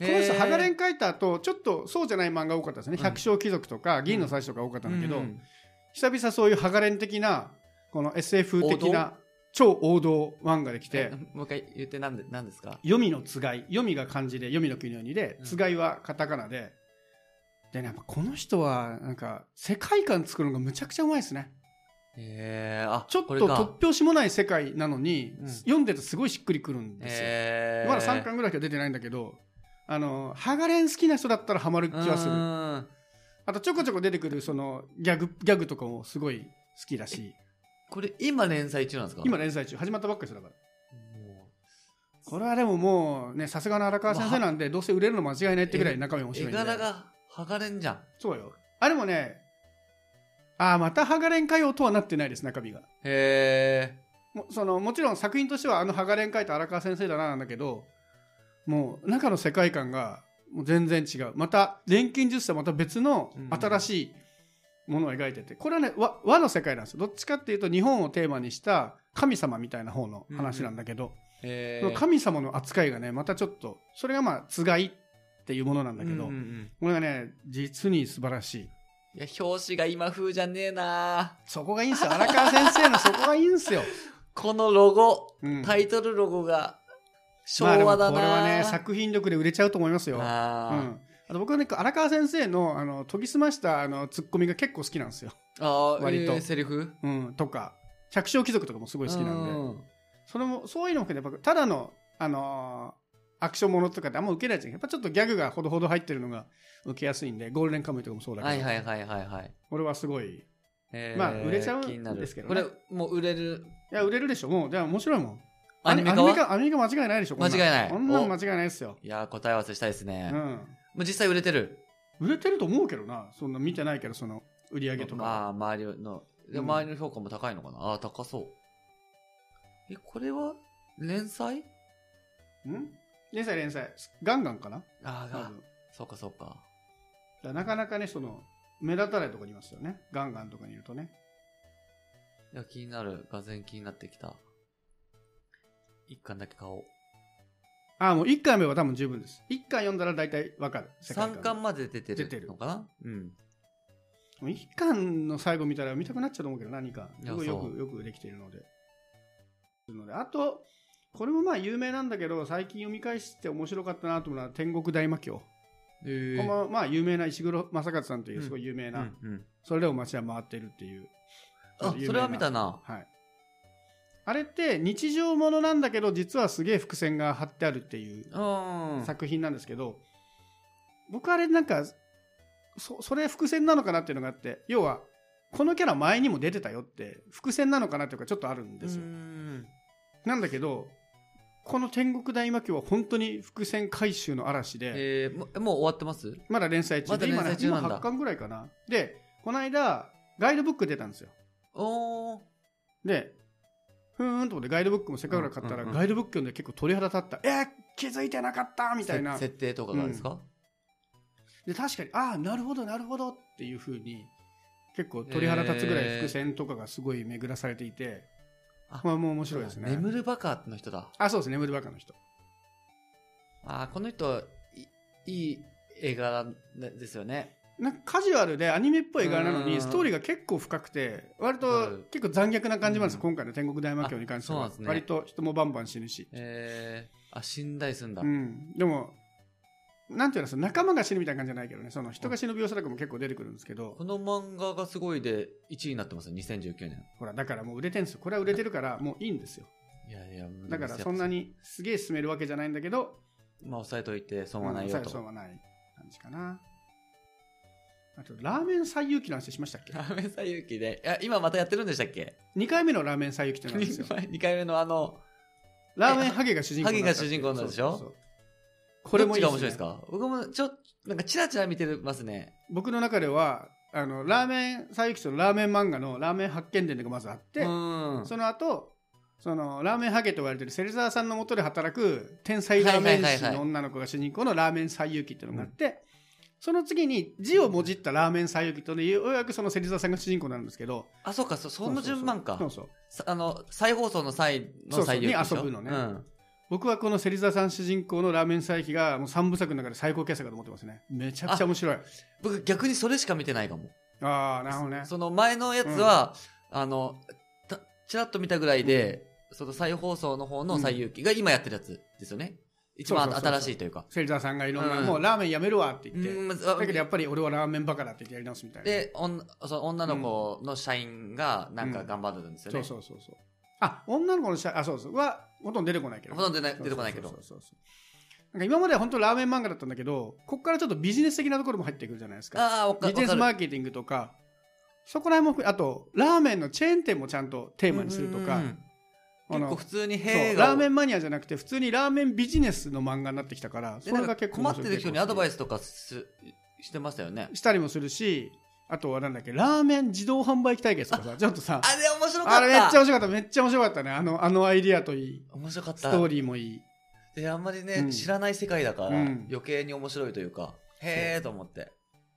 [SPEAKER 2] あ
[SPEAKER 1] の人、鋼
[SPEAKER 2] ん
[SPEAKER 1] 錬書いた後、ちょっとそうじゃない漫画多かったですね、
[SPEAKER 2] うん
[SPEAKER 1] 百姓貴族とか、銀の祭司とか多かったんだけど、
[SPEAKER 2] うん
[SPEAKER 1] 久々そういう鋼錬的な、この SF 的
[SPEAKER 2] 王
[SPEAKER 1] な、超王道漫画で来て、
[SPEAKER 2] えもう一回言ってなんでなんですか
[SPEAKER 1] 読みのつがい読みが漢字で読みの国のにで
[SPEAKER 2] うん
[SPEAKER 1] つがいはカタカナで、でねやっぱこの人はなんか世界観作るのがむちゃくちゃうまいですね
[SPEAKER 2] えー、あ
[SPEAKER 1] ちょっ
[SPEAKER 2] ことれ
[SPEAKER 1] 突
[SPEAKER 2] か
[SPEAKER 1] 拍子もない世界なのに、
[SPEAKER 2] うん
[SPEAKER 1] 読んでるとすごいしっくりくるんですよ、
[SPEAKER 2] えー、
[SPEAKER 1] まだ3巻ぐらいしか出てないんだけどあのハガレン好きな人だったらハマる気はす
[SPEAKER 2] う
[SPEAKER 1] る
[SPEAKER 2] ーん
[SPEAKER 1] あとちょこちょこ出てくるそのギャグギャグとかもすごい好きだし
[SPEAKER 2] これ今連載中なんですか
[SPEAKER 1] 今連載中始まったばっかりですよだから
[SPEAKER 2] も
[SPEAKER 1] これはでももうねさすがの荒川先生なんでどうせ売れるの間違いないってぐらい中身面
[SPEAKER 2] う
[SPEAKER 1] 白いん
[SPEAKER 2] 絵
[SPEAKER 1] で
[SPEAKER 2] 柄が剥がれんじゃん
[SPEAKER 1] そうよ。あ、でもね、あーまたハガレン会をとはなってないです、中身が。
[SPEAKER 2] へ
[SPEAKER 1] もそのもちろん作品としてはあのハガレン会と荒川先生だななんだけど、もう中の世界観がもう全然違う。また、錬金術師とはまた別の
[SPEAKER 2] うん
[SPEAKER 1] 新しいものを描いてて、これはね和、和の世界なんですよ。どっちかっていうと日本をテーマにした神様みたいな方の話なんだけど、
[SPEAKER 2] えへ
[SPEAKER 1] その神様の扱いがね、またちょっと、それがまあ、つがいっていうものなんだけど、
[SPEAKER 2] うんうんうん
[SPEAKER 1] これがね、実に素晴らしい。
[SPEAKER 2] いや表紙が今風じゃねえな
[SPEAKER 1] そこがいいんすよ。荒川先生の そこがいいんすよ。
[SPEAKER 2] このロゴ
[SPEAKER 1] うん
[SPEAKER 2] タイトルロゴが昭和
[SPEAKER 1] まあで
[SPEAKER 2] だな、
[SPEAKER 1] もこれはね、作品力で売れちゃうと思いますよ。うん、あ
[SPEAKER 2] あ
[SPEAKER 1] と僕はね、荒川先生のあの研ぎ澄ましたあのツッコミが結構好きなんですよ。
[SPEAKER 2] ー、あー
[SPEAKER 1] 割と
[SPEAKER 2] えーセリフ
[SPEAKER 1] うん、とか、百姓貴族とかもすごい好きなんで、
[SPEAKER 2] うん
[SPEAKER 1] それもそういうのも含めてやっぱただの、あのーアクションものとかってあんま受けないじゃんやっぱちょっとギャグがほどほど入ってるのが受けやすいんで、ゴールデンカムイとかもそうだけど、
[SPEAKER 2] はいはいはいはいはい
[SPEAKER 1] 俺はすごい。い
[SPEAKER 2] え
[SPEAKER 1] まあ売れちゃうん
[SPEAKER 2] 気になる
[SPEAKER 1] ですけどね
[SPEAKER 2] これもう売れる
[SPEAKER 1] や、売れるでしょ。もう、じゃあ面白いもん。
[SPEAKER 2] アニメ化
[SPEAKER 1] ア
[SPEAKER 2] は
[SPEAKER 1] ニメ化アニメ化間違いないでしょ。こんん
[SPEAKER 2] 間違いない
[SPEAKER 1] こんなん間違いないですよ。
[SPEAKER 2] いやー答え合わせしたいですね、
[SPEAKER 1] う
[SPEAKER 2] も
[SPEAKER 1] ん。
[SPEAKER 2] う実際売れてる
[SPEAKER 1] 売れてると思うけどなそんな見てないけどその売り上げと
[SPEAKER 2] ま
[SPEAKER 1] か
[SPEAKER 2] あ周りので
[SPEAKER 1] うん
[SPEAKER 2] 周りの評価も高いのかな、ああ高そうえこれは連載
[SPEAKER 1] うん連載連載ガンガンかな
[SPEAKER 2] あ
[SPEAKER 1] 多
[SPEAKER 2] あ
[SPEAKER 1] 分
[SPEAKER 2] そうかそうか
[SPEAKER 1] だからなかなかねその目立たないとこにいますよねガンガンとかにいるとね
[SPEAKER 2] いや気になるが然気になってきた一巻だけ買おう
[SPEAKER 1] ああもう1巻目は多分十分です1巻読んだら大体わかる世界
[SPEAKER 2] 三
[SPEAKER 1] 観
[SPEAKER 2] 巻まで出て
[SPEAKER 1] 出て
[SPEAKER 2] る
[SPEAKER 1] る
[SPEAKER 2] のかなうん
[SPEAKER 1] もう1巻の最後見たら見たくなっちゃうと思うけど何か
[SPEAKER 2] いや
[SPEAKER 1] すごいよ
[SPEAKER 2] そう
[SPEAKER 1] くよくできているのでのであとこれもまあ有名なんだけど最近読み返して面白かったなと思うのは「天国大魔教」
[SPEAKER 2] え
[SPEAKER 1] これもまあ有名な石黒正勝さんというすごい有名
[SPEAKER 2] う
[SPEAKER 1] な、
[SPEAKER 2] んうん、
[SPEAKER 1] それでも街は回ってるっていう。
[SPEAKER 2] あそれは見た
[SPEAKER 1] な。
[SPEAKER 2] な
[SPEAKER 1] はい。あれって日常ものなんだけど、実はすげえ伏線が張ってあるっていう
[SPEAKER 2] うん
[SPEAKER 1] 作品なんですけど、僕あれなんかそそれ伏線なのかなっていうのがあって要はこのキャラ前にも出てたよって伏線なのかなっていうかちょっとあるんですよ、
[SPEAKER 2] ん
[SPEAKER 1] なんだけどこの天国大魔教は本当に伏線回収の嵐で、
[SPEAKER 2] えーももう終わってます
[SPEAKER 1] まだ連載中で、今
[SPEAKER 2] まだ連
[SPEAKER 1] ね
[SPEAKER 2] 載中
[SPEAKER 1] 今
[SPEAKER 2] なんだ
[SPEAKER 1] 8巻ぐらいかなでこの間ガイドブック出たんですよ
[SPEAKER 2] おー
[SPEAKER 1] でふーんと思ってガイドブックもせっかくだから買ったら、
[SPEAKER 2] うんうんうん
[SPEAKER 1] ガイドブック読んで結構鳥肌立ったえー、気づいてなかったみたいな
[SPEAKER 2] せ設定とかがですか、
[SPEAKER 1] で確かにああなるほどなるほどっていうふうに結構鳥肌立つぐらい伏線とかがすごい巡らされていて、
[SPEAKER 2] あ
[SPEAKER 1] まあもう面白いですね
[SPEAKER 2] 眠るバカの人だ
[SPEAKER 1] あそうですね眠るバカの人
[SPEAKER 2] あーこの人いいい映画ですよね
[SPEAKER 1] なんかカジュアルでアニメっぽい映画なの
[SPEAKER 2] う
[SPEAKER 1] に
[SPEAKER 2] ん
[SPEAKER 1] ストーリーが結構深くて割
[SPEAKER 2] わか
[SPEAKER 1] と
[SPEAKER 2] る
[SPEAKER 1] 結構残虐な感じもあるんです、
[SPEAKER 2] うん
[SPEAKER 1] 今回の天国大魔教に関して
[SPEAKER 2] あそうなん
[SPEAKER 1] は、
[SPEAKER 2] ですね
[SPEAKER 1] 割と人もバンバン死ぬし、
[SPEAKER 2] えー、あ死んだりすんだ、
[SPEAKER 1] うん、でもなんていうのその仲間が死ぬみたいな感じじゃないけどねその人が死ぬ描写とかも結構出てくるんですけど、
[SPEAKER 2] この漫画がすごいで1位になってますよ2019年
[SPEAKER 1] ほらだからもう売れてるんですよこれは売れてるからもういいんですよ
[SPEAKER 2] いやいや
[SPEAKER 1] だからそんな
[SPEAKER 2] に
[SPEAKER 1] にすげえ進めるわけじゃないんだけど
[SPEAKER 2] まあ押さえといて損はないよ
[SPEAKER 1] うん
[SPEAKER 2] と、
[SPEAKER 1] そうはない感じかな。あと、ラーメン最有機の話しましたっけ
[SPEAKER 2] ラーメンさゆきでいや今またやってるんでしたっけ
[SPEAKER 1] ?2 回目のラーメン最有機ってなんですよ。
[SPEAKER 2] 2回目のあの
[SPEAKER 1] ラーメンハゲが主人公になったって
[SPEAKER 2] ハゲが主人公なんでしょ
[SPEAKER 1] そうそうそうこれもいい
[SPEAKER 2] ど
[SPEAKER 1] で
[SPEAKER 2] っち
[SPEAKER 1] す、
[SPEAKER 2] が面
[SPEAKER 1] ね、
[SPEAKER 2] 白いですか僕もちょなんかチラチラ見てますね
[SPEAKER 1] 僕の中では、あの、ラーメン最有機とラーメン漫画のラーメン発見伝というのがまずあって、
[SPEAKER 2] うん
[SPEAKER 1] その後、そのラーメンハゲと言われてる芹沢さんのもとで働く天才ラーメン
[SPEAKER 2] はいはい
[SPEAKER 1] 師
[SPEAKER 2] はいはい
[SPEAKER 1] の女の子が主人公のラーメン最有機っていうのがあって、その次に字をもじったラーメン最有機というようやくその芹沢さんが主人公になるんですけど
[SPEAKER 2] あそうかそその順番か
[SPEAKER 1] そうそうそう
[SPEAKER 2] さあの再放送の際の最優秀でし
[SPEAKER 1] そ
[SPEAKER 2] ょ
[SPEAKER 1] うそうに遊ぶのね
[SPEAKER 2] うん
[SPEAKER 1] 僕はこの芹沢さん主人公のラーメン佐伯がもう3部作の中で最高傑作だと思ってますねめちゃくちゃ面白い
[SPEAKER 2] 僕逆にそれしか見てないかも
[SPEAKER 1] ああなるほどね
[SPEAKER 2] その前のやつは、あのたチラッと見たぐらいで、その再放送の方の最優秀が今やってるやつですよね、一番
[SPEAKER 1] そうそうそうそう
[SPEAKER 2] 新しいというか
[SPEAKER 1] 芹沢さんがいろんな、
[SPEAKER 2] うん
[SPEAKER 1] もうラーメンやめるわって言って、
[SPEAKER 2] うんまず
[SPEAKER 1] だけどやっぱり俺はラーメンバカだって言ってやり直すみたいな
[SPEAKER 2] でおんその女の子の社員がなんか頑張るんですよね、
[SPEAKER 1] そうそうそうそうあ女の子のしゃあそうそうはほとんど出てこないけど
[SPEAKER 2] ほとんど出ない出てこないけど
[SPEAKER 1] そうそうそうそうなんか今までは本当ラーメン漫画だったんだけどここからちょっとビジネス的なところも入ってくるじゃないですか
[SPEAKER 2] ああわか
[SPEAKER 1] ビ
[SPEAKER 2] わ
[SPEAKER 1] ジネ
[SPEAKER 2] か
[SPEAKER 1] ス
[SPEAKER 2] る
[SPEAKER 1] マーケティングとかそこら辺も含めあとラーメンのチェーン店もちゃんとテーマにするとか、
[SPEAKER 2] うん
[SPEAKER 1] あ
[SPEAKER 2] 結
[SPEAKER 1] の
[SPEAKER 2] 構普通に
[SPEAKER 1] そう
[SPEAKER 2] へえ
[SPEAKER 1] ラーメ
[SPEAKER 2] ン
[SPEAKER 1] ンマニアじゃなくて普通にラーメンビジネスの漫画になってきたからそ
[SPEAKER 2] で
[SPEAKER 1] れ
[SPEAKER 2] なん
[SPEAKER 1] が
[SPEAKER 2] か
[SPEAKER 1] 結構
[SPEAKER 2] 困ってる人にアドバイ
[SPEAKER 1] ス
[SPEAKER 2] スとかすしてましたよね
[SPEAKER 1] したりもするしあとはなんだっけラーメン自動販売機対決とか さちょっとさ
[SPEAKER 2] あれ面白か
[SPEAKER 1] あ
[SPEAKER 2] った
[SPEAKER 1] れめっちゃ面白かっためっちゃ面白かったねあのあのアイディアといい
[SPEAKER 2] 面白かった
[SPEAKER 1] ストーリーもいい
[SPEAKER 2] であんまりね、
[SPEAKER 1] うん
[SPEAKER 2] 知らない世界だから、
[SPEAKER 1] うん
[SPEAKER 2] 余計に面白いというかへえと思って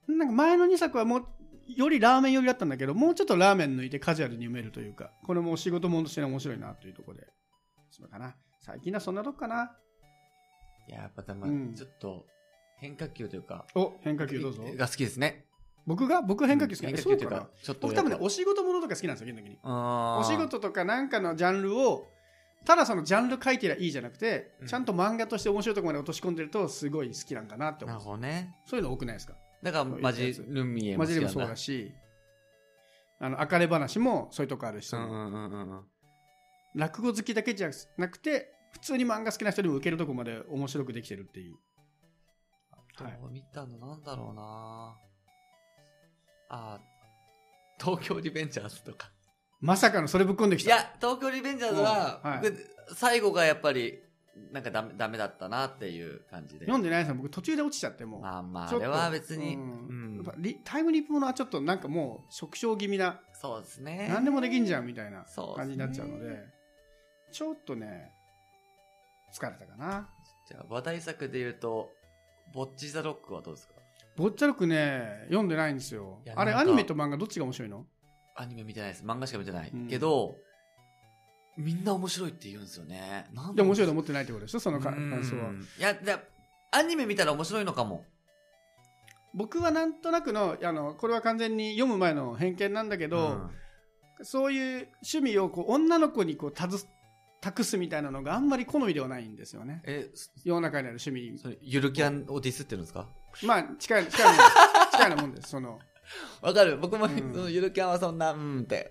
[SPEAKER 1] なんか前の2作はもうよりラーメン寄りだったんだけどもうちょっとラーメン抜いてカジュアルに読めるというかこれもお仕事もんとして面白いなというところでそうかな最近はそんなとこかない
[SPEAKER 2] ややっぱたま、
[SPEAKER 1] うん
[SPEAKER 2] ちょっと変化球というか
[SPEAKER 1] お変化球どうぞ
[SPEAKER 2] が好きですね
[SPEAKER 1] 僕が僕変化球好きなん
[SPEAKER 2] 変
[SPEAKER 1] で
[SPEAKER 2] 化
[SPEAKER 1] そう
[SPEAKER 2] 球とい
[SPEAKER 1] か
[SPEAKER 2] う
[SPEAKER 1] な
[SPEAKER 2] かちょっと
[SPEAKER 1] 僕多分ねお仕事ものとか好きなんですよ現代に
[SPEAKER 2] お
[SPEAKER 1] お仕事とかなんかのジャンルをただそのジャンル書いてりゃいいじゃなくて、
[SPEAKER 2] うん
[SPEAKER 1] ちゃんと漫画として面白いところまで落とし込んでるとすごい好きなんかなって
[SPEAKER 2] な
[SPEAKER 1] 思う
[SPEAKER 2] るほどね
[SPEAKER 1] そういうの多くないですか
[SPEAKER 2] だからマジルミエ
[SPEAKER 1] マ
[SPEAKER 2] も好
[SPEAKER 1] ジ
[SPEAKER 2] き
[SPEAKER 1] でも
[SPEAKER 2] なん
[SPEAKER 1] そうだ
[SPEAKER 2] だ
[SPEAKER 1] しあの別れ話もそういうとこあるし、
[SPEAKER 2] うんうんうんうん
[SPEAKER 1] 落語好きだけじゃなくて普通に漫画好きな人にも受けるとこまで面白くできてるっていうはい
[SPEAKER 2] どう見たのなんだろうなあー東京リベンジャーズとか
[SPEAKER 1] まさかのそれぶっ込んでき
[SPEAKER 2] い
[SPEAKER 1] た
[SPEAKER 2] や東京リベンジャーズは、
[SPEAKER 1] うんはい
[SPEAKER 2] で最後がやっぱりなんかダメダメだったなっていう感じで
[SPEAKER 1] 読んでないですよ僕途中で落ちちゃってもう
[SPEAKER 2] まあまあ、
[SPEAKER 1] ち
[SPEAKER 2] あ
[SPEAKER 1] ょっと
[SPEAKER 2] れは別に、
[SPEAKER 1] う
[SPEAKER 2] うんん
[SPEAKER 1] やっぱリタイムリープものはちょっとなんかもう縮小気味な
[SPEAKER 2] そうですね。
[SPEAKER 1] 何でもできんじゃんみたいな
[SPEAKER 2] そうっ
[SPEAKER 1] 感
[SPEAKER 2] すね
[SPEAKER 1] じになっちゃうのでちょっとね疲れたかな
[SPEAKER 2] じゃあ、話題作で言うと、ボッチ・ザ・ロックはどうですか
[SPEAKER 1] ぼっちゃろくね読んでないんですよ
[SPEAKER 2] いや
[SPEAKER 1] あれ
[SPEAKER 2] なん
[SPEAKER 1] ア
[SPEAKER 2] か
[SPEAKER 1] ニメと漫画どっちが面白いの
[SPEAKER 2] アニメ見てないです。漫画しか見てない。
[SPEAKER 1] うん
[SPEAKER 2] けど、みんな面白いって言うんですよね。なん
[SPEAKER 1] で
[SPEAKER 2] で
[SPEAKER 1] も面白いと
[SPEAKER 2] い
[SPEAKER 1] 思ってないってことでしょそのか感想は。
[SPEAKER 2] いや、じゃあアニメ見たら面白いのかも。
[SPEAKER 1] 僕はなんとなくのあのこれは完全に読む前の偏見なんだけど、
[SPEAKER 2] うん
[SPEAKER 1] そういう趣味をこう女の子にこうたず託すみたいなのがあんまり好みではないんですよ ね
[SPEAKER 2] え、そ
[SPEAKER 1] 世の中にある趣味
[SPEAKER 2] それゆるキャンをディスってるんですか
[SPEAKER 1] まあ近い近 いもんです近いなもんですその
[SPEAKER 2] わかる。僕も、
[SPEAKER 1] うん
[SPEAKER 2] そのゆるキャンはそんな、うんって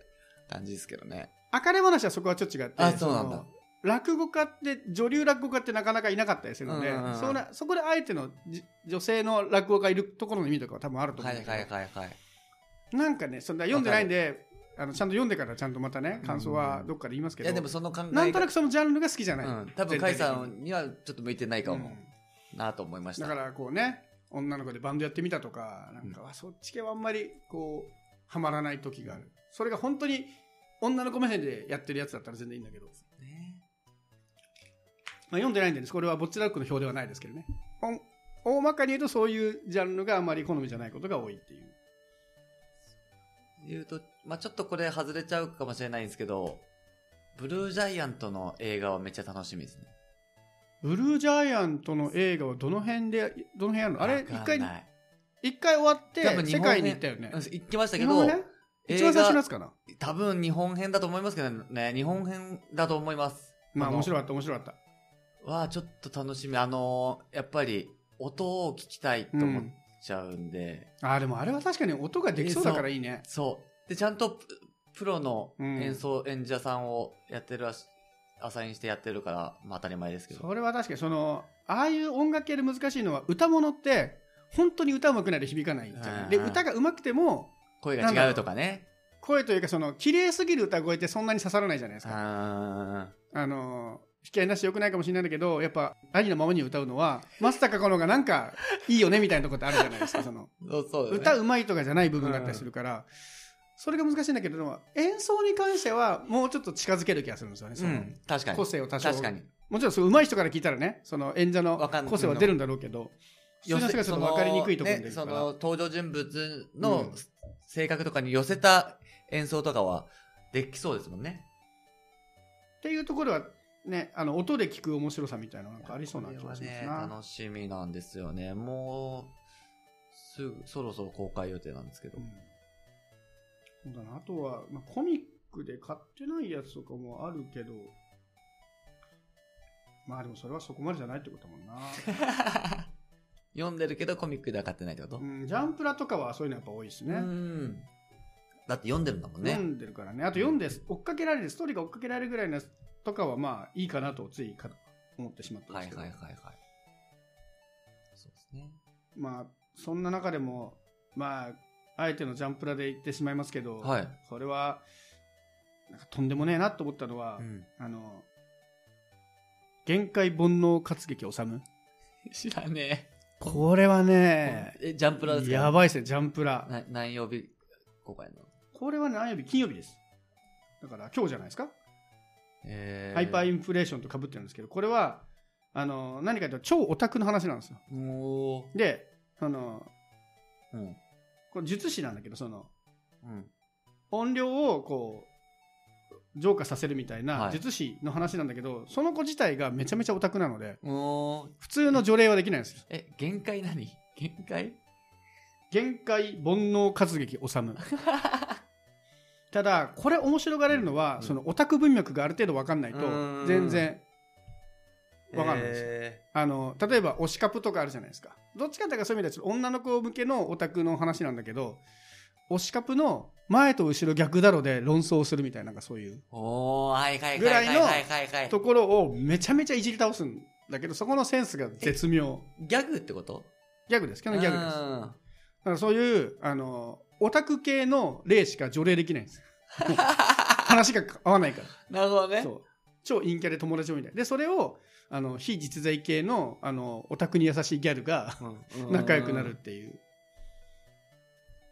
[SPEAKER 2] 感じですけどね。
[SPEAKER 1] 別れ話はそこはちょっと違って
[SPEAKER 2] あそうなんだ
[SPEAKER 1] の落語家って女流落語家ってなかなかいなかったりするので、
[SPEAKER 2] うんうんうん
[SPEAKER 1] それそこであえてのじ女性の落語家いるところの意味とかは多分あると思
[SPEAKER 2] は
[SPEAKER 1] うんだ
[SPEAKER 2] い
[SPEAKER 1] けど、
[SPEAKER 2] はいはいはい。
[SPEAKER 1] なんかねそんな読んでないんであのちゃんと読んでからちゃんとまたね感想はどっかで言いますけ
[SPEAKER 2] い
[SPEAKER 1] ど、
[SPEAKER 2] やでもその考え
[SPEAKER 1] なんとな
[SPEAKER 2] く、
[SPEAKER 1] くそのジャンルが好きじゃ
[SPEAKER 2] う
[SPEAKER 1] ない、
[SPEAKER 2] ん、多分
[SPEAKER 1] 全
[SPEAKER 2] 甲
[SPEAKER 1] 体的
[SPEAKER 2] 斐
[SPEAKER 1] に
[SPEAKER 2] さんにはちょっと向いてないかも、なと思いました。
[SPEAKER 1] だからこうね女の子でバンドやってみたとかなんか、あそっち系はあんまりこうはまらない時があるそれが本当に女の子目線でやってるやつだったら全然いいんだけど、ま
[SPEAKER 2] ね
[SPEAKER 1] あ、読んでないんでねこれはボッチラックの表ではないですけどねほん大まかに言うとそういうジャンルがあまり好みじゃないことが多いっていう
[SPEAKER 2] 言うと、まあちょっとこれ外れちゃうかもしれないんですけど、ブルージャイアントの映画はめっちゃ楽しみですね。
[SPEAKER 1] ブルージャイアントの映画はどの辺でどの辺やるのあれ
[SPEAKER 2] わか
[SPEAKER 1] 一
[SPEAKER 2] ん
[SPEAKER 1] 回
[SPEAKER 2] ない
[SPEAKER 1] 一回終わっ
[SPEAKER 2] 多
[SPEAKER 1] て
[SPEAKER 2] 分日
[SPEAKER 1] 世
[SPEAKER 2] 本
[SPEAKER 1] 界に行ったよね
[SPEAKER 2] うん行きましたけ
[SPEAKER 1] 日本
[SPEAKER 2] ど、
[SPEAKER 1] ね一番最初のやつかな
[SPEAKER 2] 多分日本編だと思いますけどね、日本編だと思います。
[SPEAKER 1] まあ
[SPEAKER 2] あの
[SPEAKER 1] 面白かった面白かった
[SPEAKER 2] は、ちょっと楽しみ。あのーやっぱり、音を聞きたいと思っちゃうんで、
[SPEAKER 1] あーでもあれは確かに音ができそうだからいいね
[SPEAKER 2] そう。で、ちゃんとププロの
[SPEAKER 1] うん
[SPEAKER 2] 演奏、演者さんをやってるらし、アサインしてやってるから、まあ当たり前ですけど。
[SPEAKER 1] それは確かにそのああいう音楽系で難しいのは歌物って本当に歌うまくないと響かないじゃんで
[SPEAKER 2] うんうん
[SPEAKER 1] 歌がうまくても
[SPEAKER 2] 声が違うとかね。
[SPEAKER 1] 声というかその綺麗すぎる歌声ってそんなに刺さらないじゃないですか
[SPEAKER 2] あ
[SPEAKER 1] あの引き合いなし良くないかもしれないんだけどやっぱありのままに歌うのは松たか子の方がなんかいいよねみたいなとこってあるじゃないですかその
[SPEAKER 2] ーそうそうだね
[SPEAKER 1] 歌うまいとかじゃない部分があったりするから、それが難しいんだけどでも演奏に関してはもうちょっと近づける気がするんですよね、
[SPEAKER 2] う
[SPEAKER 1] その
[SPEAKER 2] ん、確かに
[SPEAKER 1] 個。性を多少
[SPEAKER 2] 確かに。
[SPEAKER 1] もちろんその上手い人から聞いたらねその演者の
[SPEAKER 2] わかん
[SPEAKER 1] 個性は出るんだろうけど普通の人がちょっと分かりにくいところに出
[SPEAKER 2] ね、
[SPEAKER 1] るか
[SPEAKER 2] そ
[SPEAKER 1] ら、
[SPEAKER 2] の登場人物
[SPEAKER 1] う
[SPEAKER 2] の
[SPEAKER 1] ん
[SPEAKER 2] 性格とかに寄せた演奏とかはできそうですもんね。
[SPEAKER 1] っていうところはねあの音で聞く面白さみたいなのなんかありそうな気がします
[SPEAKER 2] これ
[SPEAKER 1] な、
[SPEAKER 2] はね、楽しみなんですよね。もう、すぐ、そろそろ公開予定なんですけど。
[SPEAKER 1] うんそうだなあとは、まあ、コミックで買ってないやつとかもあるけどまあでもそれはそこまでじゃないってことだもんな、
[SPEAKER 2] 読んでるけどコミックでは買ってないってこと、
[SPEAKER 1] うん、ジャンプラとかはそういうのやっぱ多いです
[SPEAKER 2] う
[SPEAKER 1] ね、
[SPEAKER 2] ん。だって読んでるんだもんね。
[SPEAKER 1] 読んでるからねあと読んで追っかけられるストーリーが追っかけられるぐらいのやつとかはまあいいかなとついか思ってしまったん
[SPEAKER 2] は
[SPEAKER 1] で
[SPEAKER 2] い
[SPEAKER 1] すけ
[SPEAKER 2] はい
[SPEAKER 1] ど、
[SPEAKER 2] はいはい。そうですね。
[SPEAKER 1] まあそんな中でもまああえてのジャンプラで言ってしまいますけど、
[SPEAKER 2] はい。
[SPEAKER 1] これはなんかとんでもねえなと思ったのは、
[SPEAKER 2] うん
[SPEAKER 1] あの限界煩悩活劇治む
[SPEAKER 2] 知らね
[SPEAKER 1] これはね、
[SPEAKER 2] え。え、ジャンプラですか
[SPEAKER 1] やばいですねジャンプラ
[SPEAKER 2] な何曜日公開なの
[SPEAKER 1] これは何曜日金曜日ですだから今日じゃないですか
[SPEAKER 2] え
[SPEAKER 1] ハイパーインフレーションとかぶってるんですけど、これは、あの、何かというと超オタクの話なんですよ。
[SPEAKER 2] おー
[SPEAKER 1] で、あの、
[SPEAKER 2] うん。
[SPEAKER 1] これ術師なんだけど、その、
[SPEAKER 2] うん。
[SPEAKER 1] 音量をこう、浄化させるみたいな
[SPEAKER 2] は
[SPEAKER 1] い術師の話なんだけど、その子自体がめちゃめちゃオタクなので、
[SPEAKER 2] おー
[SPEAKER 1] 普通の除霊はできないんですよ。
[SPEAKER 2] え、限界何限界
[SPEAKER 1] 限界煩悩活劇治 む。ただ、これ面白がれるのは、
[SPEAKER 2] うん
[SPEAKER 1] そのオタク文脈がある程度わかんないと
[SPEAKER 2] うー、ん
[SPEAKER 1] 全然わかんないですよ
[SPEAKER 2] え
[SPEAKER 1] あの例えば推しカプとかあるじゃないですかどっちかというとそういう意味ではちょっと女の子向けのオタクの話なんだけど推しカプの前と後ろ逆だろで論争するみたいななんかそういう
[SPEAKER 2] ーおー、はいはい
[SPEAKER 1] ぐ
[SPEAKER 2] は
[SPEAKER 1] ら
[SPEAKER 2] い
[SPEAKER 1] い
[SPEAKER 2] はい
[SPEAKER 1] の
[SPEAKER 2] はいはいはい。
[SPEAKER 1] ところをめちゃめちゃいじり倒すんだけどそこのセンスが絶妙
[SPEAKER 2] ギャグってこと
[SPEAKER 1] ギャグです基
[SPEAKER 2] ギ
[SPEAKER 1] 本ギャグですだからそういうあのオタク系の例しか除霊できないんです 話が合わないから
[SPEAKER 2] す。なるほどね
[SPEAKER 1] そ。う超陰キャで友達もいないでそれをあの非実在系のあのオタクに優しいギャルが
[SPEAKER 2] うん
[SPEAKER 1] 仲良くなるっ。ていう。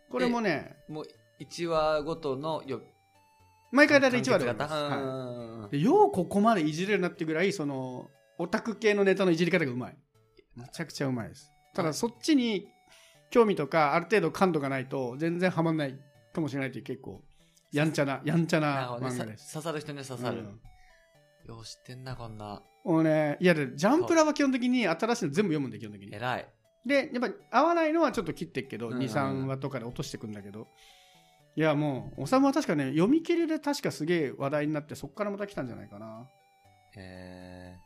[SPEAKER 1] これもね、
[SPEAKER 2] もう、1話ごとのよ、
[SPEAKER 1] 毎回大体1話で終わり
[SPEAKER 2] 完結
[SPEAKER 1] ます、は
[SPEAKER 2] 型うん
[SPEAKER 1] いでようここまでいじれるなってぐらい、その、オタク系のネタのいじり方がうまい。めちゃくちゃうまいです。ただ、そっちに興味とか、ある程度感度がないと、全然ハマんないかもしれないという結構、やんちゃな、やんちゃ
[SPEAKER 2] なる
[SPEAKER 1] な
[SPEAKER 2] ほどね。
[SPEAKER 1] 漫
[SPEAKER 2] さ
[SPEAKER 1] 画で
[SPEAKER 2] 刺
[SPEAKER 1] す。
[SPEAKER 2] さる人には刺さる
[SPEAKER 1] う。ん
[SPEAKER 2] よう知ってんな、こんな。
[SPEAKER 1] もうね、いやで、ジャンプラは基本的に新しいの全部読むんで、基本的に。
[SPEAKER 2] 偉い。
[SPEAKER 1] でやっぱり合わないのはちょっと切っていくけど、
[SPEAKER 2] うんうんうん
[SPEAKER 1] 23話とかで落としていくんだけどいやもうおさむは確かね読み切りで確かすげえ話題になってそこからまた来たんじゃないかな
[SPEAKER 2] へ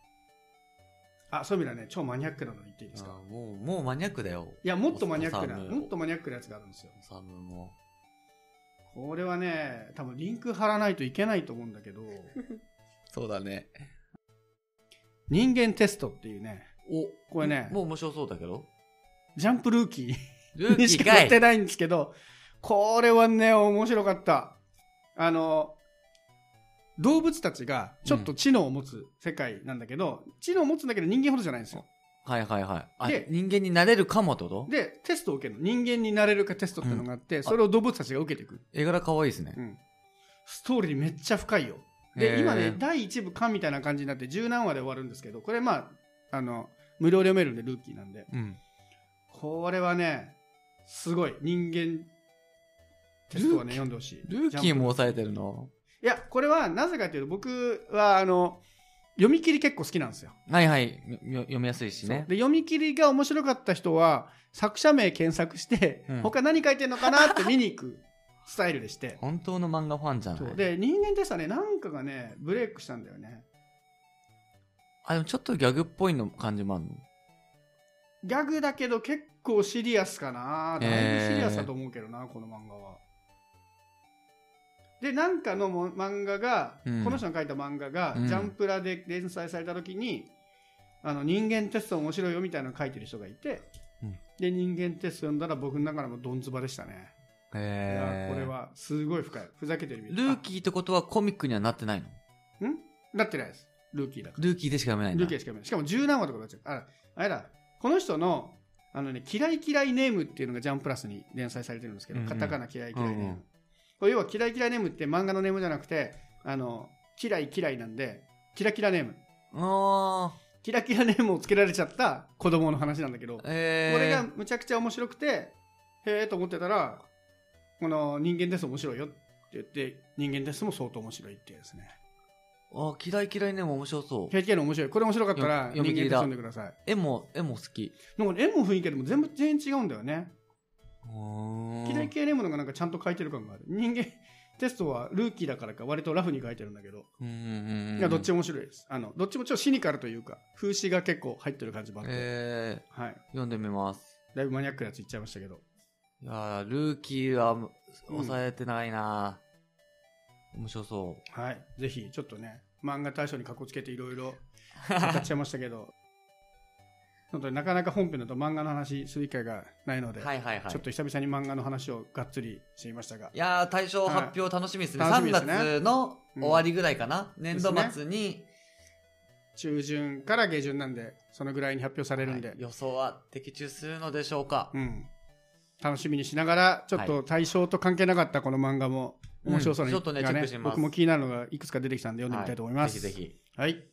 [SPEAKER 1] あそういう意味ではね超マニアックなの言っていいで
[SPEAKER 2] ー
[SPEAKER 1] すか、
[SPEAKER 2] あもう、もうマニアックだよ。
[SPEAKER 1] いやもっとマニアックな
[SPEAKER 2] おさむ
[SPEAKER 1] もっとマニアックなやつがあるんですよ
[SPEAKER 2] おさむも。
[SPEAKER 1] これはね多分リンク貼らないといけないと思うんだけど
[SPEAKER 2] そうだね。
[SPEAKER 1] 人間テストっていうね、
[SPEAKER 2] お、
[SPEAKER 1] これね
[SPEAKER 2] もう面白そうだけど。
[SPEAKER 1] ジャンプルーキ
[SPEAKER 2] ル
[SPEAKER 1] ー
[SPEAKER 2] ー
[SPEAKER 1] に
[SPEAKER 2] キ
[SPEAKER 1] し
[SPEAKER 2] ー
[SPEAKER 1] か
[SPEAKER 2] か
[SPEAKER 1] 載
[SPEAKER 2] い
[SPEAKER 1] ってないんですけど、これはね、面白かった。あの、動物たちがちょっと知能を持つ世界なんだけど、知能を持つんだけど人間ほどじゃないんですよ。
[SPEAKER 2] はいはいはい。あ
[SPEAKER 1] で、
[SPEAKER 2] 人間になれるかもってこと
[SPEAKER 1] で、テストを受けるの。人間になれるかテストっていうのがあって、それを動物たちが受けていく。
[SPEAKER 2] 絵柄可愛いですね
[SPEAKER 1] う。んストーリーめっちゃ深いよ。
[SPEAKER 2] へ
[SPEAKER 1] で、
[SPEAKER 2] ー
[SPEAKER 1] 今ね、第1部巻みたいな感じになって、十何話で終わるんですけど、これまあ、あの、無料で読めるんで、ルーキーなんで。
[SPEAKER 2] うん。
[SPEAKER 1] これはね、すごい。人間、テストはね、読んでほしい。
[SPEAKER 2] ルーキーも抑えてるの。
[SPEAKER 1] いや、これはなぜかというと、僕は、あの、読み切り結構好きなんですよ。
[SPEAKER 2] はいはい。よ読みやすいしね。
[SPEAKER 1] で、読み切りが面白かった人は、作者名検索して、
[SPEAKER 2] うん
[SPEAKER 1] 他何書いてんのか なって見に行くスタイルでして。
[SPEAKER 2] 本当の漫画ファンじゃ
[SPEAKER 1] そう
[SPEAKER 2] ない。
[SPEAKER 1] で、人間テストはね、なんかがね、ブレイクしたんだよね。
[SPEAKER 2] あ、でもちょっとギャグっぽいの感じもあるの。
[SPEAKER 1] ギャグだけど結構シリアスかな。だいぶシリアスだと思うけどな、この漫画は。で、なんかのも漫画が、
[SPEAKER 2] うん
[SPEAKER 1] この人が書いた漫画が、
[SPEAKER 2] うん
[SPEAKER 1] ジャンプラで連載された時に、あの、人間テスト面白いよみたいなの書いてる人がいて、
[SPEAKER 2] うん
[SPEAKER 1] で、人間テスト読んだら僕の中でもドンズバでしたね。い
[SPEAKER 2] へ
[SPEAKER 1] や、
[SPEAKER 2] ー
[SPEAKER 1] これ。はすごい深い。ふざけてるみた
[SPEAKER 2] ル
[SPEAKER 1] い
[SPEAKER 2] ーキーってことはコミックにはなってないの
[SPEAKER 1] なってないです。ルーキーだから。
[SPEAKER 2] ルーキーでしか読めないんだ。
[SPEAKER 1] ルーキーしか読めない。しかも十何話とかになっちゃう。あら、あれだ、この人の、あのね、嫌い嫌いネームっていうのがジャンプラスに連載されてるんですけど、
[SPEAKER 2] うんうん
[SPEAKER 1] カタカナ嫌い嫌いネーム。
[SPEAKER 2] うんうん
[SPEAKER 1] これ要は嫌い嫌いネームって漫画のネームじゃなくて、あの、嫌い嫌いなんで、キラキラネーム。
[SPEAKER 2] あ
[SPEAKER 1] キラキラネームをつけられちゃった子供の話なんだけど、
[SPEAKER 2] ー。えー。
[SPEAKER 1] これがむちゃくちゃ面白くて、へえと思ってたら、この人間です面白いよって言って、人間ですも相当面白いっていうですね。
[SPEAKER 2] あー、嫌い嫌いね、面白そう。
[SPEAKER 1] キラキラの面白い。これ面白かったら、人間
[SPEAKER 2] 読み切
[SPEAKER 1] で
[SPEAKER 2] りだ
[SPEAKER 1] 読んでください。
[SPEAKER 2] 絵も、絵も好き。
[SPEAKER 1] なんか絵も雰囲気でも全部全然違うんだよね。
[SPEAKER 2] うーん
[SPEAKER 1] 機内系レムのがなんかちゃんと書いてる感がある。人間 テストはルーキーだからか割とラフに書いてるんだけど、
[SPEAKER 2] うんうんうん。
[SPEAKER 1] いやどっちも面白いです。あのどっちもちょっとシニカルというか風刺が結構入ってる感じもあって、
[SPEAKER 2] えー、
[SPEAKER 1] はい。
[SPEAKER 2] 読んでみます。
[SPEAKER 1] だいぶマニアックなやつ言っちゃいましたけど、
[SPEAKER 2] いやールーキーは抑えてないな、面白そ
[SPEAKER 1] はい。ぜひちょっとね漫画大賞にかこつけていろいろ語っ
[SPEAKER 2] う。
[SPEAKER 1] ちゃいましたけど、本当になかなか本編だと漫画の話する機会がないので、
[SPEAKER 2] はいはいはい。
[SPEAKER 1] ちょっと久々に漫画の話をがっつりしていましたが、
[SPEAKER 2] いやー大賞発表楽しみですね。
[SPEAKER 1] はい楽しみ
[SPEAKER 2] 3
[SPEAKER 1] ですね
[SPEAKER 2] 月の
[SPEAKER 1] うん
[SPEAKER 2] 終わりぐらいかな、年度末に、
[SPEAKER 1] 中旬から下旬なんでそのぐらいに発表されるんで。
[SPEAKER 2] はい予想は的中するのでしょうか、
[SPEAKER 1] うん、楽しみにしながら、ちょっと対象と関係なかったこの漫画も面白そうな、
[SPEAKER 2] うんちょっとね
[SPEAKER 1] が
[SPEAKER 2] チェックします
[SPEAKER 1] 僕も気になるのがいくつか出てきたんで読んでみたいと思います。
[SPEAKER 2] はぜひぜひ。
[SPEAKER 1] はい。